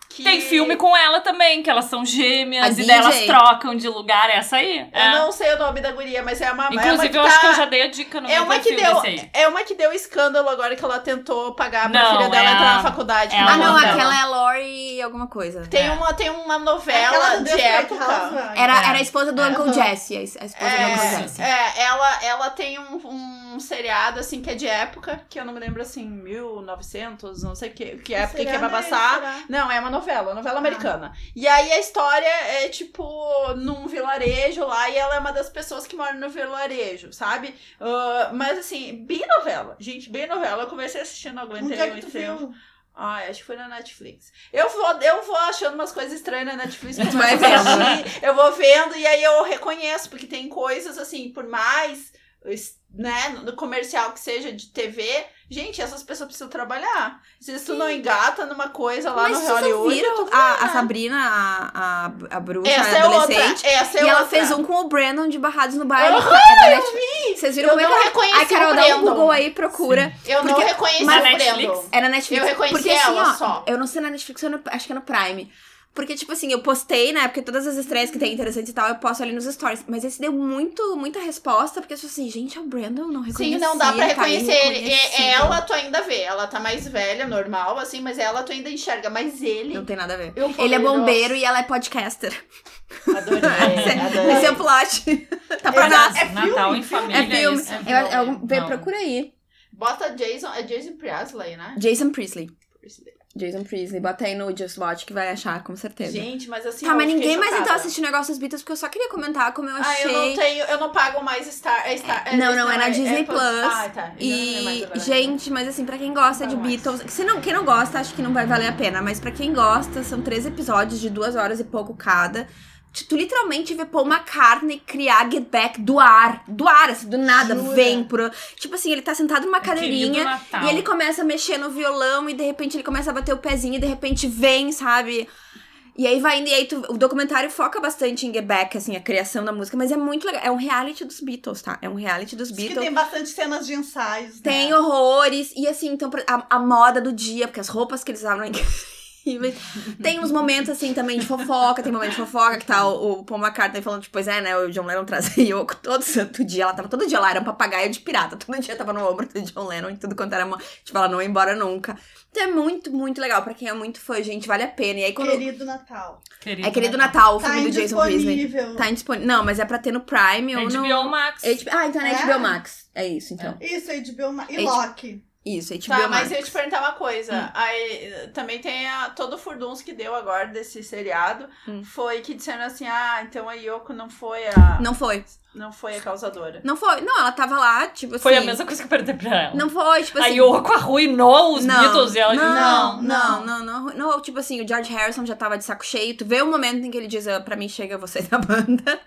S2: que-
S3: Tem filme com ela também, que elas são
S1: A
S3: gêmeas e
S1: DJ.
S3: daí elas trocam de lugar. é Essa aí?
S2: Eu
S3: É.
S2: não sei o nome da guria, mas é uma. é uma
S3: Inclusive,
S2: que
S3: eu acho que
S2: tá-
S3: eu já dei a dica no
S2: É
S3: meu
S2: uma, que
S3: perfil
S2: deu,
S3: desse aí.
S2: é uma que deu escândalo agora que ela tentou pagar pra
S3: Não,
S2: filha dela
S3: é
S2: entrar
S3: a-
S2: na faculdade.
S3: é
S2: com
S3: a
S1: Ah, não,
S3: novela.
S1: aquela é a Lori alguma coisa.
S2: Tem
S3: É.
S2: uma, tem uma
S4: Aquela
S2: novela
S4: do
S2: de
S4: Desperate
S2: época.
S4: Housewives.
S1: Era,
S3: É.
S1: era a esposa do
S4: É.
S1: Uncle
S4: Aham.
S1: Jesse, a es- a esposa do Uncle Jesse.
S2: É, é, ela, ela tem um, um seriado, assim, que é de época, que eu não me lembro, assim, 1900, não sei que, que época que
S4: Será,
S2: é pra
S4: né?
S2: passar.
S4: Será?
S2: Não, é uma novela, uma
S4: Ah.
S2: novela americana. E aí a história é tipo num vilarejo lá e ela é uma das pessoas que mora no vilarejo, sabe? Ah, mas assim, bem novela. Gente, bem novela. Eu comecei assistindo, não
S4: Onde
S2: aguentei
S4: é que
S2: muito
S4: tu
S2: tempo.
S4: viu?
S2: Ai, acho que foi na Netflix. Eu vou, eu vou achando umas coisas estranhas na Netflix. começo
S1: vai
S2: a
S1: vendo,
S2: assistir, Eu vou vendo e aí eu reconheço, porque tem coisas assim, por mais es- né, no comercial que seja de TV, gente, essas pessoas precisam trabalhar. Se tu não engata numa coisa lá
S1: Mas
S2: no
S1: vocês não
S2: Hollywood. né?
S1: viram a, a Sabrina, a, a, a bruxa
S2: Essa é outra.
S1: adolescente.
S2: Essa é
S1: e
S2: outra.
S1: ela fez um com o Brandon de Barrados no Baile.
S2: Aham,
S1: É da Netflix. Vocês viram
S2: Eu
S1: como é
S2: não
S1: que ela...
S2: reconheci
S1: Ai, Carol,
S2: o
S1: dá um
S2: Brandon.
S1: Google aí, procura.
S2: Eu não
S1: porque-
S2: reconheci
S3: mas
S2: o
S3: Netflix?
S2: Brandon.
S1: É na Netflix.
S2: Eu reconheci
S1: porque,
S2: ela
S1: assim, ó,
S2: só.
S1: Eu não sei na Netflix, eu não- acho que é no Prime. Porque, tipo assim, eu postei, né? Porque todas as estreias que tem interessante e tal, eu posto ali nos stories. Mas esse deu muito, muita resposta, porque as pessoas assim, gente, é o Brandon, não reconheci.
S2: Sim, não dá pra
S1: tá
S2: reconhecer ele. E-
S1: irreconhecível.
S2: Ela tu ainda vê, ela tá mais velha, normal, assim, mas ela tu ainda enxerga. Mas ele.
S1: Não tem nada a ver.
S2: eu
S1: Ele
S2: falei,
S1: é bombeiro
S2: nossa,
S1: e ela é podcaster.
S2: Adorei, adorei.
S1: Esse é o plot. tá pra
S3: Natal,
S1: nós.
S4: é filme,
S3: Natal em
S4: filme.
S3: família.
S1: É filme.
S3: isso.
S1: Eu- eu-
S3: Não.
S1: vê, procura aí.
S2: Bota Jason, é Jason Presley, né?
S1: Jason Priestley. Jason Priestley. Bota aí no Just Watch que vai achar, com certeza.
S2: Gente, mas assim.
S1: tá,
S2: eu
S1: mas
S2: fiquei
S1: ninguém mais
S2: chocada.
S1: então assiste o negócio dos Beatles, porque eu só queria comentar como eu
S2: Ah,
S1: achei.
S2: eu não tenho, eu não pago mais Star. é Star é
S1: Não, não, é na
S2: Apple-
S1: Disney Plus.
S2: Ah, tá. eu já não lembro mais
S1: E,
S2: agora.
S1: gente, mas assim, pra quem gosta de
S2: Vai mais.
S1: Beatles, que se não, quem não gosta, acho que não vai valer a pena, mas pra quem gosta, são três episódios de duas horas e pouco cada. Tu, tu literalmente vê Paul McCartney criar Get Back do ar, do ar, assim, do nada,
S4: Jura?
S1: vem pro... Tipo assim, ele tá sentado numa
S3: Querido
S1: cadeirinha
S3: Natal.
S1: e ele começa a mexer no violão e de repente ele começa a bater o pezinho e de repente vem, sabe? E aí vai indo, e aí tu- o documentário foca bastante em Get Back, assim, a criação da música, mas é muito legal. É um reality dos Beatles, tá? É um reality dos
S4: Diz que
S1: Beatles.
S4: tem bastante cenas de ensaios. né?
S1: Tem horrores. E assim, então, pra- a, a moda do dia, porque as roupas que eles usavam eram incríveis. Tem uns momentos, assim, também de fofoca. Tem momento de fofoca que tá o, o Paul McCartney falando, tipo, pois é, né? O John Lennon trazia Yoko todo santo dia. Ela tava todo dia lá, era um papagaio de pirata. Todo dia tava no ombro do John Lennon e tudo quanto era. mo- Tipo, ela não ia embora nunca. Então é muito, muito legal. Pra quem é muito fã, gente, vale a pena. E aí quando.
S4: Querido Natal. Tá
S1: é Querido Natal, o filme do Jason Priestley.
S4: indisponível.
S1: Tá indisponível. Não, mas é pra ter no Prime ou no.
S3: HBO Max.
S1: H- Ah, então é na
S4: É?
S1: HBO Max. É isso, então.
S4: Isso, HBO Ma- e
S1: H-
S4: Loki.
S1: Isso, HBO
S2: Tá,
S1: Max.
S2: mas eu ia te perguntar uma coisa.
S1: Hum.
S2: Aí, também tem a- todo o furduns que deu agora desse seriado.
S1: Hum.
S2: Foi que disseram assim: ah, então a Yoko não foi a. Não,
S1: Não foi.
S2: foi a causadora.
S1: Não foi. Não, ela tava lá, tipo assim.
S3: Foi a mesma coisa que eu perguntei pra ela.
S1: Não foi, tipo assim.
S3: a Yoko arruinou os Beatles e ela disse,
S1: não,
S4: não,
S1: não, não, não, não, Tipo assim, o George Harrison já tava de saco cheio. Tu vê o momento em que ele diz, ah, pra mim chega você da banda.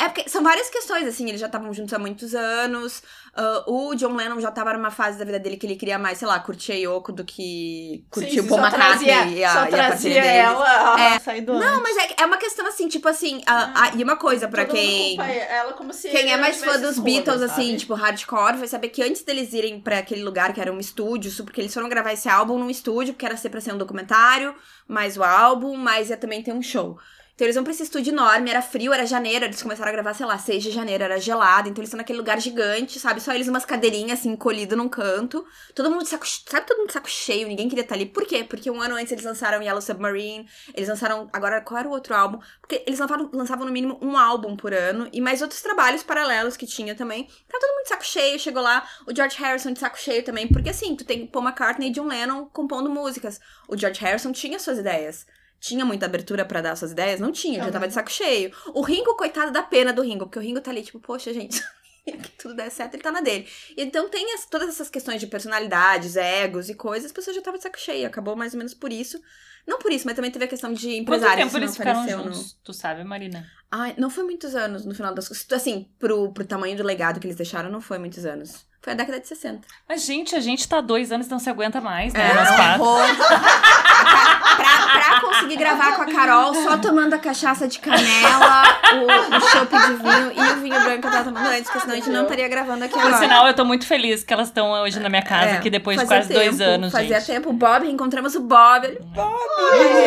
S1: É porque são várias questões, assim, eles já estavam juntos há muitos anos. ah, o John Lennon já tava numa fase da vida dele que ele queria mais, sei lá, curtir a Yoko do que curtir
S2: Sim,
S1: o Paul
S2: só
S1: McCartney
S2: trazia-
S1: e a,
S2: só
S1: e a parceira
S2: trazia
S1: dele.
S2: ela. a-
S4: É. Saí do
S1: Não, mas é, é uma questão assim, tipo assim, a- a- e uma coisa pra
S2: todo mundo
S1: quem.
S2: culpa ela como se
S1: Quem é
S2: ela
S1: mais fã
S2: tivesse
S1: dos
S2: escolha,
S1: Beatles,
S2: sabe?
S1: assim, tipo, hardcore, vai saber que antes deles irem pra aquele lugar que era um estúdio, isso porque eles foram gravar esse álbum num estúdio, porque era ser pra ser um documentário, mais o álbum, mas ia também ter um show. Então eles vão pra esse estúdio enorme, era frio, era janeiro, eles começaram a gravar, sei lá, 6 de janeiro, era gelado, então eles estão naquele lugar gigante, sabe? Só eles umas cadeirinhas, assim, encolhido num canto. Todo mundo de saco, sabe todo mundo de saco cheio, ninguém queria estar ali. Por quê? Porque um ano antes eles lançaram Yellow Submarine, eles lançaram. Agora, qual era o outro álbum? Porque eles lançavam, lançavam no mínimo um álbum por ano e mais outros trabalhos paralelos que tinha tambtambém. Tá todo mundo de saco cheio, chegou lá. O George Harrison de saco cheio também, porque assim, tu tem Paul McCartney e John Lennon compondo músicas. O George Harrison tinha suas ideias. Tinha muita abertura pra dar suas ideias? Não tinha, já
S4: Não.
S1: tava
S3: Uhum.
S1: de saco cheio. O Ringo, coitado da pena do Ringo, porque o Ringo tá ali, tipo, poxa, gente, que tudo der certo, ele tá na dele. E Então tem as- todas essas questões de personalidades, egos e coisas, as pessoas já estavam de saco cheio, acabou mais ou menos por isso. Não por isso, mas também teve a questão de
S3: Quanto
S1: empresários
S3: tempo
S1: que não
S3: eles ficaram
S1: apareceu no-
S3: juntos? Tu sabe, Marina?
S1: Ai, não foi muitos anos no final das coisas. Assim, pro, pro tamanho do legado que eles deixaram, não foi muitos anos. Foi a década de 60.
S3: Mas, gente, a gente tá há dois anos e não se aguenta mais, né?
S1: É,
S3: Nós quatro.
S1: horror. pra, pra conseguir gravar com a Carol, só tomando a cachaça de canela, o, o chopp de vinho e o vinho branco que eu tava tomando antes, porque senão a gente não estaria gravando aqui
S3: Por
S1: agora.
S3: sinal, eu tô muito feliz que elas estão hoje na minha casa,
S1: É,
S3: que depois de
S1: fazia
S3: quase dois
S1: tempo,
S3: anos,
S1: Fazia
S3: gente.
S1: tempo, o Bob, encontramos o Bob. Ele,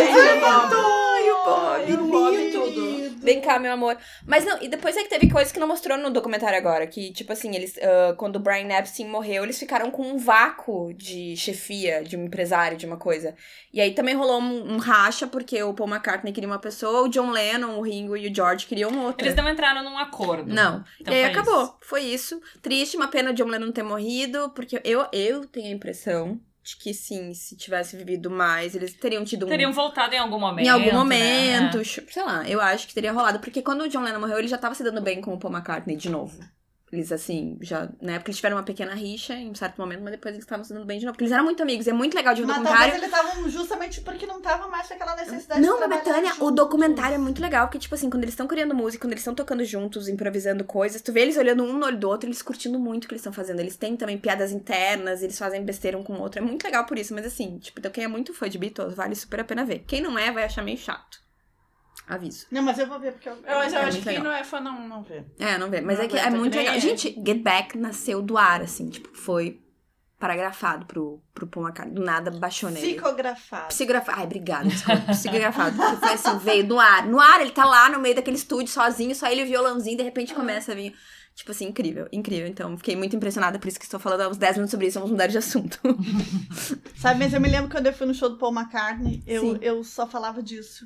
S1: Ai, o Bob.
S2: o Bob e tudo.
S1: Vem cá, meu amor. Mas não, e depois é que teve coisa que não mostrou no documentário agora. Que, tipo assim, eles. ah, quando o Brian Epstein morreu, eles ficaram com um vácuo de chefia, de um empresário, de uma coisa. E aí também rolou um, um racha, porque o Paul McCartney queria uma pessoa, o John Lennon, o Ringo e o George queriam outra.
S3: Eles não entraram num acordo.
S1: Não.
S3: Então
S1: e aí
S3: foi
S1: acabou.
S3: isso.
S1: Foi isso. Triste, uma pena o John Lennon ter morrido, porque eu, eu tenho a impressão de que sim, se tivesse vivido mais, eles teriam tido um.
S3: Teriam voltado em algum momento.
S1: Em algum
S3: né?
S1: momento, chu- sei lá, eu acho que teria rolado. Porque quando o John Lennon morreu, ele já tava se dando bem com o Paul McCartney de novo. Eles, assim, já. Na época eles tiveram uma pequena rixa em um certo momento, mas depois eles estavam se dando bem de novo. Porque eles eram muito amigos, é muito legal de ver o
S4: Mas
S1: documentário.
S4: talvez tá eles estavam justamente porque não tava mais com aquela necessidade
S1: Não,
S4: de
S1: mas
S4: trabalhar
S1: Betânia, o
S4: juntos.
S1: documentário é muito legal, porque, tipo assim, quando eles estão criando música, quando eles estão tocando juntos, improvisando coisas, tu vê eles olhando um no olho do outro, eles curtindo muito o que eles estão fazendo. Eles têm também piadas internas, eles fazem besteira um com o outro. É muito legal por isso, mas assim, tipo, então quem é muito fã de Beatles, vale super a pena ver. Quem não é, vai achar meio chato. Aviso.
S4: Não, mas eu vou ver porque eu.
S2: Eu, mas eu
S1: É
S2: acho
S1: muito
S2: que quem
S1: legal.
S2: não é fã não, não vê.
S1: É, não vê. Mas
S2: Não
S1: é que é
S2: aguenta
S1: muito
S2: que nem
S1: legal.
S2: é.
S1: Gente, Get Back nasceu do ar, assim, tipo, foi paragrafado pro, pro Paul McCartney. Do nada baixou nele.
S4: Psicografado.
S1: Psicografado. Ai, obrigada, desculpa. Psicografado. Porque foi assim, veio no ar. No ar, ele tá lá no meio daquele estúdio, sozinho, só ele e o violãozinho, de repente começa a vir. Tipo assim, incrível, incrível. Então, fiquei muito impressionada, por isso que estou falando há uns 10 minutos sobre isso, vamos mudar de assunto.
S4: Sabe, mas eu me lembro quando eu fui no show do Paul McCartney, eu,
S1: Sim.
S4: eu só falava disso.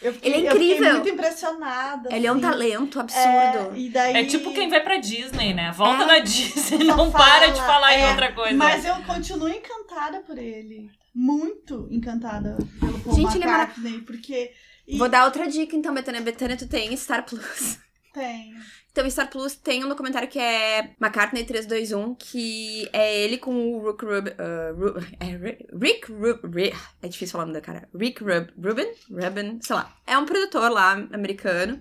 S4: Eu
S1: Ele é
S4: eu fiquei
S1: incrível.
S4: muito impressionada.
S1: Ele é um
S4: assim.
S1: talento
S4: É,
S1: absurdo.
S4: e daí...
S3: É tipo quem vai pra Disney, né? Volta
S1: É.
S3: da Disney,
S4: Só
S3: não
S4: fala,
S3: para de falar em
S4: é,
S3: outra coisa.
S4: Mas eu continuo encantada por ele. Muito encantada pelo Paul
S1: Gente, ele é mara-
S4: McCartney, porque... e
S1: Vou dar outra dica, então, Betânia. Betânia, tu tem Star Plus.
S4: Tem.
S1: Então, Star Plus tem um documentário que é McCartney 321, que é ele com o Rick Rub, ah, Ru- é Ri- Rick Rub, Ri- é difícil falar o nome do cara. Rick Rub, Rubin, Rubin, sei lá. É um produtor lá americano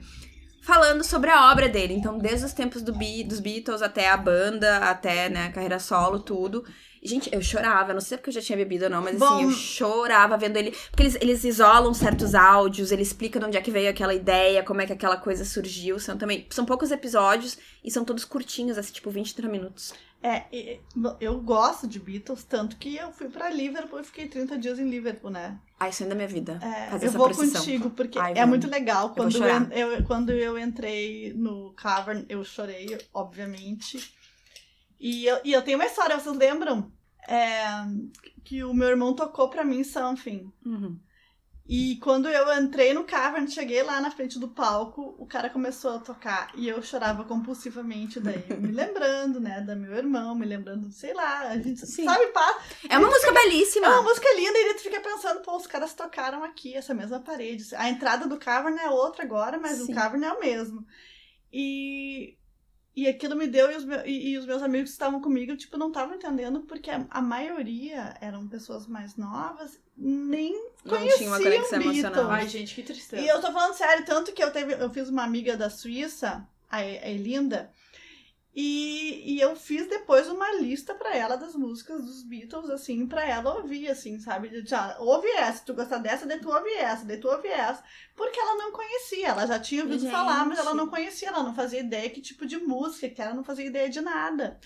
S1: falando sobre a obra dele. Então, desde os tempos do Be- dos Beatles até a banda, até né, a carreira solo, tudo. E, Gente, eu chorava, não sei é porque eu já tinha bebido ou não, mas
S4: Bom-
S1: assim, eu chorava vendo ele. Porque eles, eles isolam certos áudios, ele explica de onde é que veio aquela ideia, como é que aquela coisa surgiu. São também. São poucos episódios e são todos curtinhos, assim, tipo 23 minutos.
S4: É, e- e- eu gosto de Beatles, tanto que eu fui pra Liverpool e fiquei 30 dias em Liverpool, né?
S1: Ah, isso ainda é minha vida.
S4: É,
S1: Fazer
S4: eu
S1: essa
S4: vou
S1: procissão.
S4: contigo, porque
S1: Ai,
S4: é
S1: vamos.
S4: muito legal. Quando eu,
S1: chorar.
S4: eu- quando eu entrei no Cavern, eu chorei, obviamente. E eu, e eu tenho uma história, vocês lembram? É, que o meu irmão tocou pra mim Something.
S1: Uhum.
S4: E quando eu entrei no Cavern, cheguei lá na frente do palco, o cara começou a tocar e eu chorava compulsivamente daí, me lembrando, né, da meu irmão, me lembrando, sei lá, a gente
S1: Sim.
S4: sabe, passa
S1: É uma música belíssima.
S4: é uma música linda e daí tu fica pensando, pô, os caras tocaram aqui, essa mesma parede. A entrada do Cavern é outra agora, mas
S1: Sim.
S4: o Cavern é o mesmo. E, e aquilo me deu, e os, meu- e- e os meus amigos que estavam comigo, tipo, não estavam entendendo, porque a, a maioria eram pessoas mais novas, nem
S1: Não
S4: conhecia
S1: tinha uma conexão
S4: um Beatles.
S1: emocional.
S2: Ai, gente, que tristeza.
S4: e eu tô falando sério, tanto que eu, teve, eu fiz uma amiga da Suíça, a E- a Elinda, e, e eu fiz depois uma lista pra ela das músicas dos Beatles, assim, pra ela ouvir, assim, sabe? De- Já, ouve essa, se tu gostar dessa, daí tu ouve essa, daí tu ouve essa. Porque ela não conhecia, ela já tinha ouvido
S1: Gente.
S4: falar, mas ela não conhecia, ela não fazia ideia que tipo de música, que ela não fazia ideia de nada.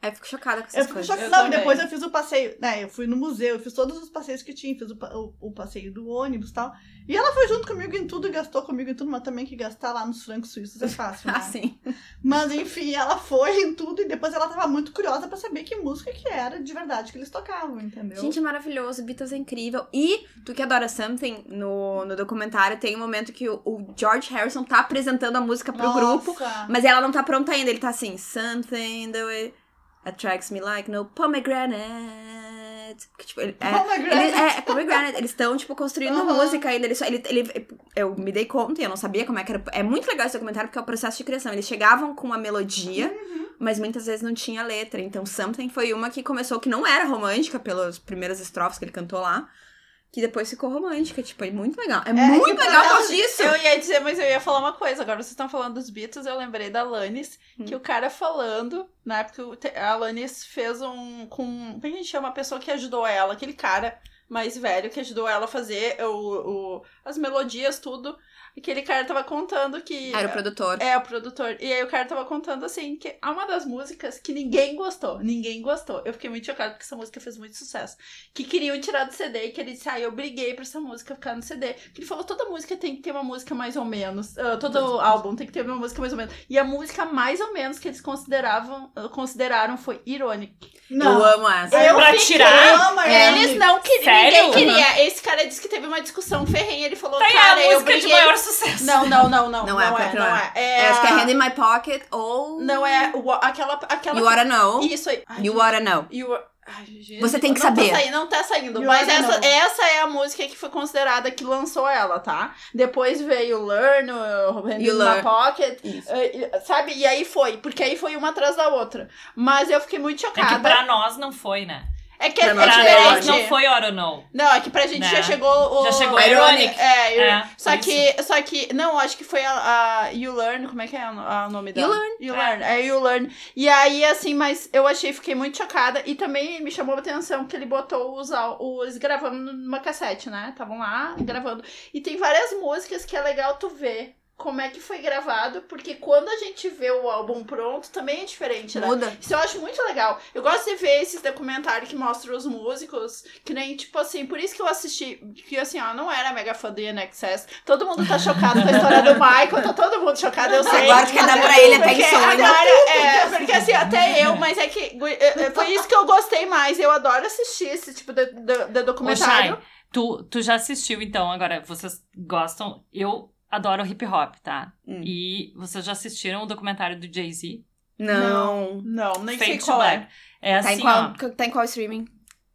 S1: Aí eu fico chocada com
S4: Eu
S1: essas
S4: fico
S1: coisas.
S4: chocada.
S2: Eu
S4: Não, e
S2: também.
S4: depois eu fiz o passeio, né? Eu fui no museu, eu fiz todos os passeios que tinha, fiz o, pa- o- o passeio do ônibus e tal. E ela foi junto comigo em tudo, gastou comigo em tudo, mas também que gastar lá nos francos suíços é fácil, né?
S1: Ah, sim.
S4: Mas enfim, ela foi em tudo e depois ela tava muito curiosa pra saber que música que era de verdade que eles tocavam, entendeu?
S1: Gente, é maravilhoso. Beatles é incrível. E tu que adora Something, no, no documentário tem um momento que o, o George Harrison tá apresentando a música pro grupo.
S4: Nossa.
S1: Mas ela não tá pronta ainda, ele tá assim, something that way attracts me like no pomegranate. Que, tipo, ele, é,
S4: Pomegranate.
S1: ele, é, é pomegranate. Eles estão, tipo, construindo
S4: Aham.
S1: música ainda. Ele só, ele, ele, eu me dei conta e eu não sabia como é que era. É muito legal esse documentário porque é o processo de criação. Eles chegavam com uma melodia, mas muitas vezes não tinha letra. Então, Something foi uma que começou, que não era romântica, pelas primeiras estrofes que ele cantou lá. que depois ficou romântica. Tipo, é muito legal. É,
S4: e
S1: muito
S4: pra
S1: legal por
S4: ela-
S1: causa disso.
S2: Eu ia dizer, mas eu ia falar uma coisa. Agora vocês estão falando dos Beatles, eu lembrei da Alanis,
S1: Hum.
S2: que o cara falando, na época o te- a Alanis fez um. com. Como é que a gente chama? A pessoa que ajudou ela, aquele cara mais velho que ajudou ela a fazer o, o- as melodias, tudo. Aquele cara tava contando que.
S1: Era o produtor.
S2: É, o produtor. E aí o cara tava contando assim que há uma das músicas que ninguém gostou. Ninguém gostou. Eu fiquei muito chocada porque essa música fez muito sucesso. Que queriam tirar do CD e que ele disse, ah, eu briguei pra essa música ficar no CD. Porque ele falou, toda música tem que ter uma música mais ou menos. ah, todo álbum tem que ter uma música mais ou menos. E a música mais ou menos que eles consideravam, ah, consideraram foi irônica.
S1: Eu amo essa.
S2: Eu
S3: pra
S2: fiquei-
S3: tirar.
S4: amo
S1: É.
S4: Eles
S2: Eles não queriam, ninguém
S3: Sério?
S2: queria. Esse cara disse que teve uma discussão ferrenha. Ele falou,
S3: Tá aí
S2: cara,
S3: a
S2: eu
S3: música
S2: briguei.
S3: de maior sucesso.
S2: Não, não, não, não.
S1: Não
S2: Não
S1: é,
S2: é, não
S1: pior
S2: é.
S1: que não é.
S2: É
S1: Eu acho que é
S2: a-
S1: Hand in My Pocket ou.
S2: Não é o- aquela. aquela
S1: You Wanna Know.
S2: Isso aí. Ai,
S1: You Wanna Know.
S2: you are- Ai, gente,
S1: Você tem que
S2: não tá
S1: saber.
S2: saindo- não tá saindo.
S4: You
S2: mas
S4: wanna
S2: essa,
S4: know.
S2: essa é a música que foi considerada que lançou ela, tá? Depois veio Learn, o Hand
S1: You
S2: in My
S1: Learn.
S2: Pocket.
S1: Isso.
S2: eh, e- Sabe? E aí foi, porque aí foi uma atrás da outra. Mas eu fiquei muito
S3: É que
S2: chocada.
S3: pra nós não foi, né?
S2: É que é,
S1: pra nós
S3: Pra nós
S2: diferente.
S3: não foi Or or No.
S2: Não, é que pra gente
S3: Né?
S2: já chegou o.
S3: Já chegou
S1: Ironic.
S2: É, ir-
S3: É,
S2: só,
S3: isso.
S2: que, só que. Não, acho que foi a, a You Learn. Como é que é a- a- o nome dela?
S1: You
S2: Learn. You Learn. É. You Learn. E aí, assim, mas eu achei, fiquei muito chocada. E também me chamou a atenção que ele botou os, au- os gravando numa cassete, né? Estavam lá gravando. E tem várias músicas que é legal tu ver. Como é que foi gravado? Porque quando a gente vê o álbum pronto, também é diferente, né?
S1: Muda.
S2: Isso eu acho muito legal. Eu gosto de ver esses documentários que mostram os músicos, que nem, tipo assim, por isso que eu assisti, que assim, ó, não era mega fã do INXS. Todo mundo tá chocado com a história do Michael, tá todo mundo chocado, eu sei. é
S1: Agora tu quer dar pra ele até
S2: Porque
S1: que sonha.
S2: agora, é, porque assim, até eu, mas é que gui- é, é, foi isso que eu gostei mais. Eu adoro assistir esse tipo de, de- de
S3: Ô,
S2: documentário.
S3: Shai, tu, tu já assistiu, então, agora, vocês gostam. Eu adoro hip hop, tá?
S1: Hum.
S3: E vocês já assistiram o documentário do Jay-Z?
S1: Não.
S2: Não, nem
S3: Fade
S2: sei
S3: to
S2: qual é.
S3: Black. É
S1: Tá em
S3: assim, ó.
S1: qual, tá em qual streaming?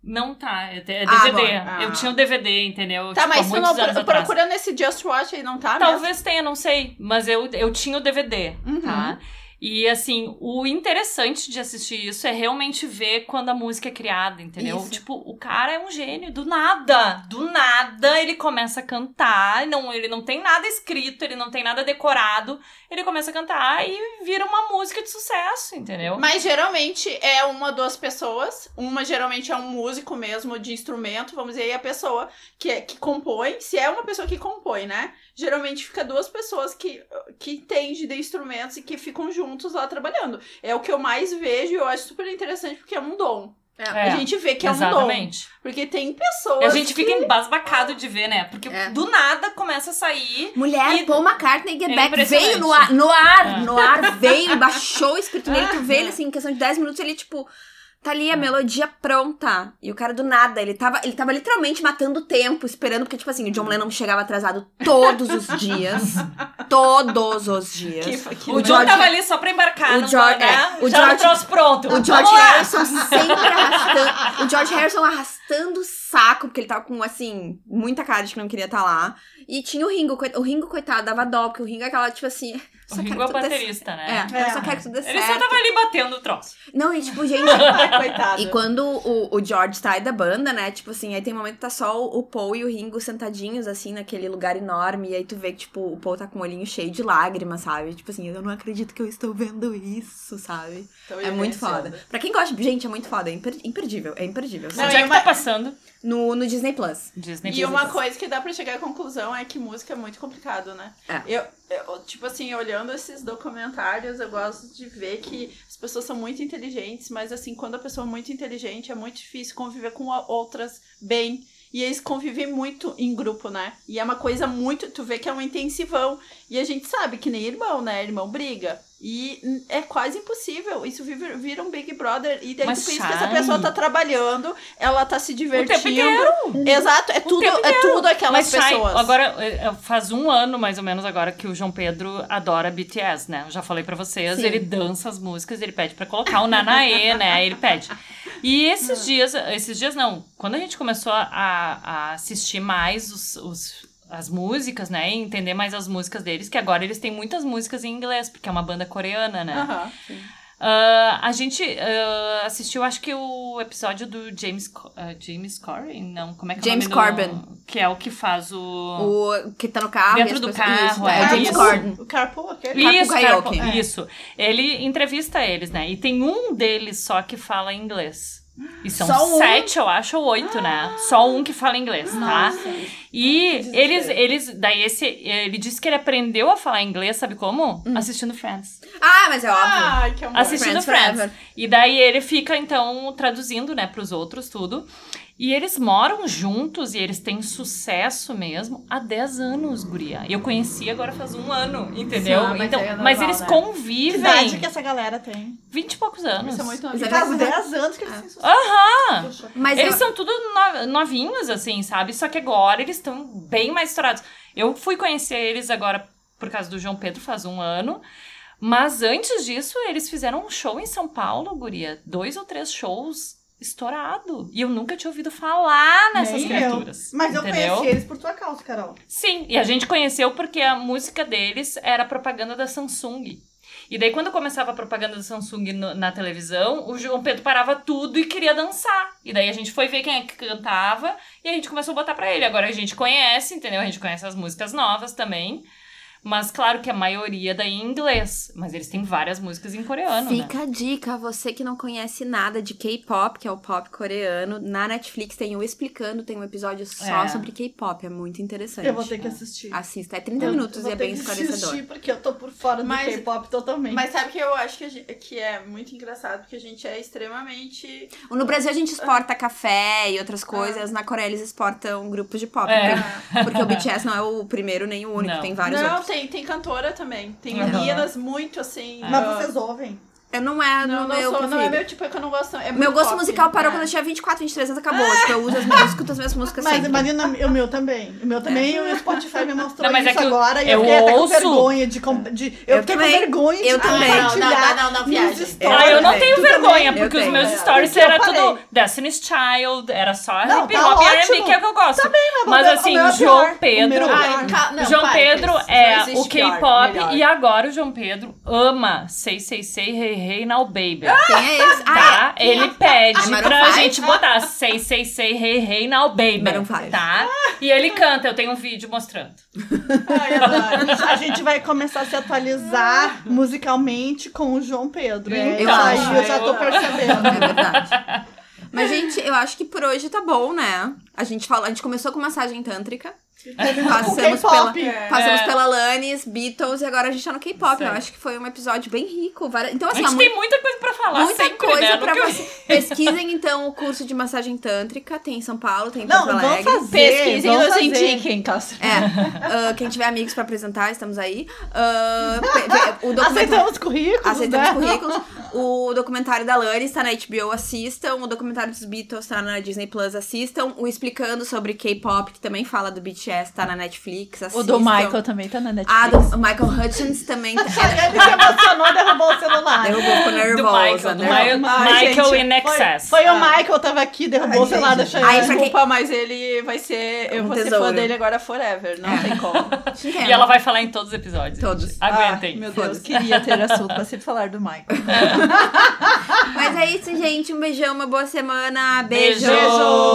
S3: Não tá, é, é DVD.
S1: Ah,
S2: bom.
S3: Eu
S2: Ah.
S3: tinha um o DVD, entendeu?
S2: Tá,
S3: tipo, há
S2: mas tu
S3: muitos
S2: não
S3: anos
S2: pro-
S3: atrás.
S2: procurando esse Just Watch aí, não tá? mesmo?
S3: Talvez tenha, não sei. Mas eu, eu tinha o DVD,
S2: Uhum.
S3: tá? E assim, o interessante de assistir isso é realmente ver quando a música é criada, entendeu?
S1: Isso.
S3: Tipo, o cara é um gênio, do nada. Do nada ele começa a cantar. Não, ele não tem nada escrito, ele não tem nada decorado. Ele começa a cantar e vira uma música de sucesso, entendeu?
S2: Mas geralmente é uma duas pessoas. Uma geralmente é um músico mesmo de instrumento, vamos dizer, e a pessoa que, é, que compõe, se é uma pessoa que compõe, né? Geralmente fica duas pessoas que, que entendem de instrumentos e que ficam juntos lá trabalhando. É o que eu mais vejo e eu acho super interessante porque é um dom.
S3: É,
S2: a gente vê que é um dom.
S3: Exatamente.
S2: Porque tem pessoas.
S3: E a gente fica embasbacado de ver, né? Porque
S1: É.
S3: do nada começa a sair.
S1: Mulher,
S3: E-
S1: Paul McCartney Get
S3: É
S1: Back
S3: impressionante.
S1: veio no ar, no ar,
S3: É.
S1: no ar veio, baixou o escrito nele, tu vê
S3: É.
S1: ele assim, em questão de 10 minutos, ele tipo, tá ali a melodia pronta. E o cara do nada, ele tava, ele tava literalmente matando o tempo, esperando, porque tipo assim, o
S3: Hum.
S1: John Lennon chegava atrasado todos os dias, todos os dias.
S2: que, que
S3: o John
S1: George-
S3: tava ali só pra embarcar,
S1: o
S3: não
S1: George-
S3: né?
S1: é, o
S3: Já
S1: George-
S3: não trouxe pronto.
S1: O George é
S3: Vamos lá.
S1: Harrison sempre arrastando. O George Harrison arrastando o saco, porque ele tava com, assim, muita cara de que não queria estar lá. E tinha o Ringo, coit- o Ringo, coitado, dava dó, porque o Ringo é aquela, tipo assim.
S3: O
S1: só quero
S3: Ringo
S1: que
S3: é
S1: tudo dê
S3: baterista,
S1: É,
S3: né?
S1: eu
S4: É.
S1: só quero que tudo dê
S3: Ele
S1: certo.
S3: só tava ali batendo o troço.
S1: Não, e tipo, gente.
S2: coitado.
S1: E quando o, o George sai da banda, né? Tipo assim, aí tem um momento que tá só o, o Paul e o Ringo sentadinhos, assim, naquele lugar enorme. E aí tu vê que, tipo, o Paul tá com o olhinho cheio de lágrimas, sabe? Tipo assim, eu não acredito que eu estou vendo isso, sabe?
S2: Então,
S1: É
S2: eu
S1: muito
S2: pensando.
S1: foda. Pra quem gosta, gente, é muito foda. É imper- imperdível, é imperdível.
S2: Não,
S1: sabe?
S3: Onde é
S2: e
S3: que
S2: uma-
S3: tá passando?
S1: No, no Disney Plus.
S3: Disney
S2: E uma coisa que dá pra chegar à conclusão é que música é muito complicado, né?
S1: É.
S2: Eu, eu, tipo assim, olhando esses documentários, eu gosto de ver que as pessoas são muito inteligentes, mas assim, quando a pessoa é muito inteligente, é muito difícil conviver com a- outras bem. E eles convivem muito em grupo, né? E é uma coisa muito. Tu vê que é um intensivão. E a gente sabe que nem irmão, né? Irmão briga. E hum, é quase impossível. Isso vira, vira um Big Brother. E daí
S3: Mas,
S2: tu pensa que essa
S3: Shai-
S2: pessoa tá trabalhando, ela tá se
S3: O tempo
S2: divertindo.
S3: inteiro.
S2: Exato, é tudo,
S3: Uhum. tempo
S2: é tudo
S3: Mas
S2: aquelas
S3: Shai,
S2: pessoas.
S3: agora é, é, faz um ano mais ou menos agora que o João Pedro adora BTS, né? Eu já falei pra vocês,
S1: Sim.
S3: ele dança as músicas, ele pede pra colocar o Nanae, né? Ele pede. E esses dias, esses dias não, quando a gente começou a, a assistir mais os, os- as músicas, né? E entender mais as músicas deles, que agora eles têm muitas músicas em inglês, porque é uma banda coreana, né?
S2: Aham.
S3: Ah, a gente ah, assistiu, acho que o episódio do James, Co- ah, James Corrin, não, como é que
S1: James
S3: é o nome do-
S1: Corbin.
S3: que é o que faz o...
S1: O que tá no carro.
S3: Dentro
S1: e as
S3: do
S1: pessoas-
S3: carro,
S1: isso,
S3: é,
S1: é o James
S3: isso.
S1: Corden.
S4: O Carpool, aquele.
S1: Carpool
S3: Isso,
S1: Karaoke.
S3: Carpool- isso. Ele entrevista eles, né? E tem um deles só que fala inglês. E são
S1: Só um?
S3: sete, eu acho, ou oito, né? Só um que fala inglês, tá? E
S2: Que
S3: eles,
S2: desespero.
S3: eles, daí esse, ele disse que ele aprendeu a falar inglês, sabe como? Assistindo Friends.
S1: Ah, mas é óbvio.
S2: Ai, que amor.
S3: Assim- Assistindo Friends.
S1: Forever.
S3: E daí ele fica, então, traduzindo, né, pros outros tudo. E eles moram juntos e eles têm sucesso mesmo há 10 anos, guria. Eu conheci agora faz um ano, entendeu?
S2: Sim, ah, mas
S3: então,
S2: aí é normal,
S3: mas eles
S2: né?
S4: Que
S3: convivem
S4: idade que essa galera tem?
S3: 20 e poucos anos.
S2: Isso é muito
S1: Isso é
S2: novinho.
S4: Faz
S1: verdade.
S4: 10 anos que eles têm sucesso.
S3: Aham!
S4: Tô chocada.
S1: Mas
S3: Eles
S1: eu-
S3: são tudo no- novinhos, assim, sabe? Só que agora eles estão bem mais estourados. Eu fui conhecer eles agora por causa do João Pedro faz um ano. Mas antes disso, eles fizeram um show em São Paulo, guria. Dois ou três shows estourado. E eu nunca tinha ouvido falar nessas
S4: Nem eu.
S3: criaturas.
S4: Mas eu
S3: entendeu?
S4: conheci eles por tua causa, Carol.
S3: Sim, e a gente conheceu porque a música deles era propaganda da Samsung. E daí, quando começava a propaganda da Samsung no- na televisão, o João Pedro parava tudo e queria dançar. E daí a gente foi ver quem é que cantava e a gente começou a botar pra ele. Agora a gente conhece, entendeu? A gente conhece as músicas novas também. Mas claro que a maioria daí é em inglês. Mas eles têm várias músicas em coreano, né?
S1: Fica a dica, você que não conhece nada de K-pop, que é o pop coreano, na Netflix tem o Explicando, tem um episódio só
S3: É.
S1: sobre K-pop, é muito interessante.
S4: Eu vou ter que assistir.
S1: Assista, é 30
S4: Eu-
S1: minutos
S4: eu
S1: e
S4: vou
S1: é
S4: ter
S1: bem
S4: que
S1: esclarecedor.
S4: assistir, porque eu tô por fora do
S2: Mas-
S4: K-pop totalmente.
S2: Mas sabe que eu acho que, a gente- que é muito engraçado, porque a gente é extremamente.
S1: No Brasil a gente exporta café e outras coisas,
S4: Ah.
S1: na Coreia eles exportam grupos de pop,
S3: É.
S1: né? porque o BTS não é o primeiro nem o único,
S3: Não.
S1: tem vários
S2: não,
S1: outros.
S2: tem, tem cantora também. Tem
S3: Aham.
S2: meninas muito assim.
S4: Mas
S2: ah,
S4: vocês ouvem.
S1: Eu não é
S2: não,
S1: no
S2: não,
S1: meu
S2: sou, não é
S1: preferido.
S2: meu tipo, é que eu não gosto. É
S1: Meu
S2: muito
S1: gosto
S2: pop,
S1: musical parou
S2: é.
S1: quando eu tinha 24, 23 anos, acabou. tipo, eu uso as minhas, eu É. escuto as minhas músicas
S4: Ah. Mas,
S1: sempre.
S4: Marina, o meu também. O meu também, o Spotify me mostrou
S3: Não, mas é
S4: isso
S3: que eu-
S4: agora. e
S3: eu
S4: eu fiquei até com
S3: ouço.
S4: vergonha de... comp- de eu,
S1: Eu
S4: fiquei
S1: também.
S4: com vergonha de
S1: Eu também.
S2: Não, não,
S4: compartilhar
S2: não, não, não,
S4: nos
S2: viagem.
S4: stories.
S3: Ah, eu não tenho
S1: Tu
S3: vergonha,
S1: também? Eu
S3: porque os
S1: tenho.
S3: meus
S4: É,
S3: stories
S4: porque eu
S3: era
S4: parei.
S3: tudo Destiny's Child, era só
S4: Não,
S3: hip
S4: tá
S3: hop e R&B,
S4: ótimo.
S3: que é o que eu gosto.
S4: mas o
S3: mas
S4: meu- o
S3: assim,
S4: meu é
S3: o João
S4: pior. O
S3: Pedro...
S4: meu é
S2: Ai, ca- Ah, então, não,
S3: João
S2: para com
S3: Pedro
S2: isso. Não
S3: é
S2: existe
S3: o
S2: pior,
S3: K-pop
S2: melhor.
S3: e agora o João Pedro ama 666 Hey Hey Now Baby.
S1: Quem é esse? Ah,
S3: Tá? Ele pede
S1: Maroon
S3: pra
S1: five?
S3: gente botar 666 Hey Hey Now Baby.
S1: Maroon five.
S3: Tá? E ele canta, eu tenho um vídeo mostrando.
S4: Ai, adoro. A gente vai começar a se
S3: Ah.
S4: atualizar musicalmente com o João Pedro. É,
S1: Então,
S4: isso aí, eu
S3: eu-
S4: já tô percebendo.
S1: É verdade. Mas, gente, eu acho que por hoje tá bom, né? A gente, fala, a gente começou com massagem tântrica. Passamos
S4: Com
S3: né?
S1: pela,
S4: K-pop.
S2: É.
S1: passamos pela Lannis, Beatles e agora a gente tá no K-pop.
S3: Isso aí.
S1: Eu acho que foi um episódio bem rico. várias- Então,
S3: A
S1: assim, ó,
S3: gente tem muita coisa pra falar
S1: muita
S3: sempre,
S1: coisa
S3: né?
S1: pra
S3: Nunca-
S1: você. Pesquisem, então, o curso de massagem tântrica. Tem em São Paulo, tem em
S4: Não,
S1: Porto
S4: vamos
S1: Alegre.
S4: fazer.
S2: Pesquisem e
S4: vamos
S2: nos
S4: fazer.
S2: indiquem, Castro.
S1: É, ah, quem tiver amigos pra apresentar, estamos aí. Ah, pe- pe- o documentário-
S4: Aceitamos currículos,
S1: Aceitamos
S4: né?
S1: currículos. O documentário da Lani está na HBO, assistam. O documentário dos Beatles está na Disney Plus, assistam. O Explicando sobre K-pop, que também fala do BTS, tá na Netflix, assistam.
S2: também tá na
S1: Ah, do o Michael Hutchins também tá.
S4: Ele se emocionou, derrubou o celular.
S1: Derrubou, ficou
S3: Do Michael,
S1: nervosa,
S3: do
S1: né?
S3: Michael,
S4: Ai,
S3: Michael
S4: gente,
S3: in Excess.
S4: Foi o
S2: Ah.
S4: Michael, tava aqui, derrubou o celular da Cheyenne.
S1: Ai, pra quem-
S2: Desculpa, mas ele vai ser. Eu
S1: É, Um
S2: vou ser fã
S1: tesouro.
S2: dele agora forever. Não
S1: É.
S2: tem como.
S3: E ela vai falar em todos os episódios. gente.
S1: Todos.
S3: Aguentem.
S2: Ah, meu Deus,
S1: Foda-se.
S2: queria ter assunto pra sempre falar do Michael.
S1: Mas é isso, gente. Um beijão, uma boa semana.
S3: Beijo.
S1: Beijo.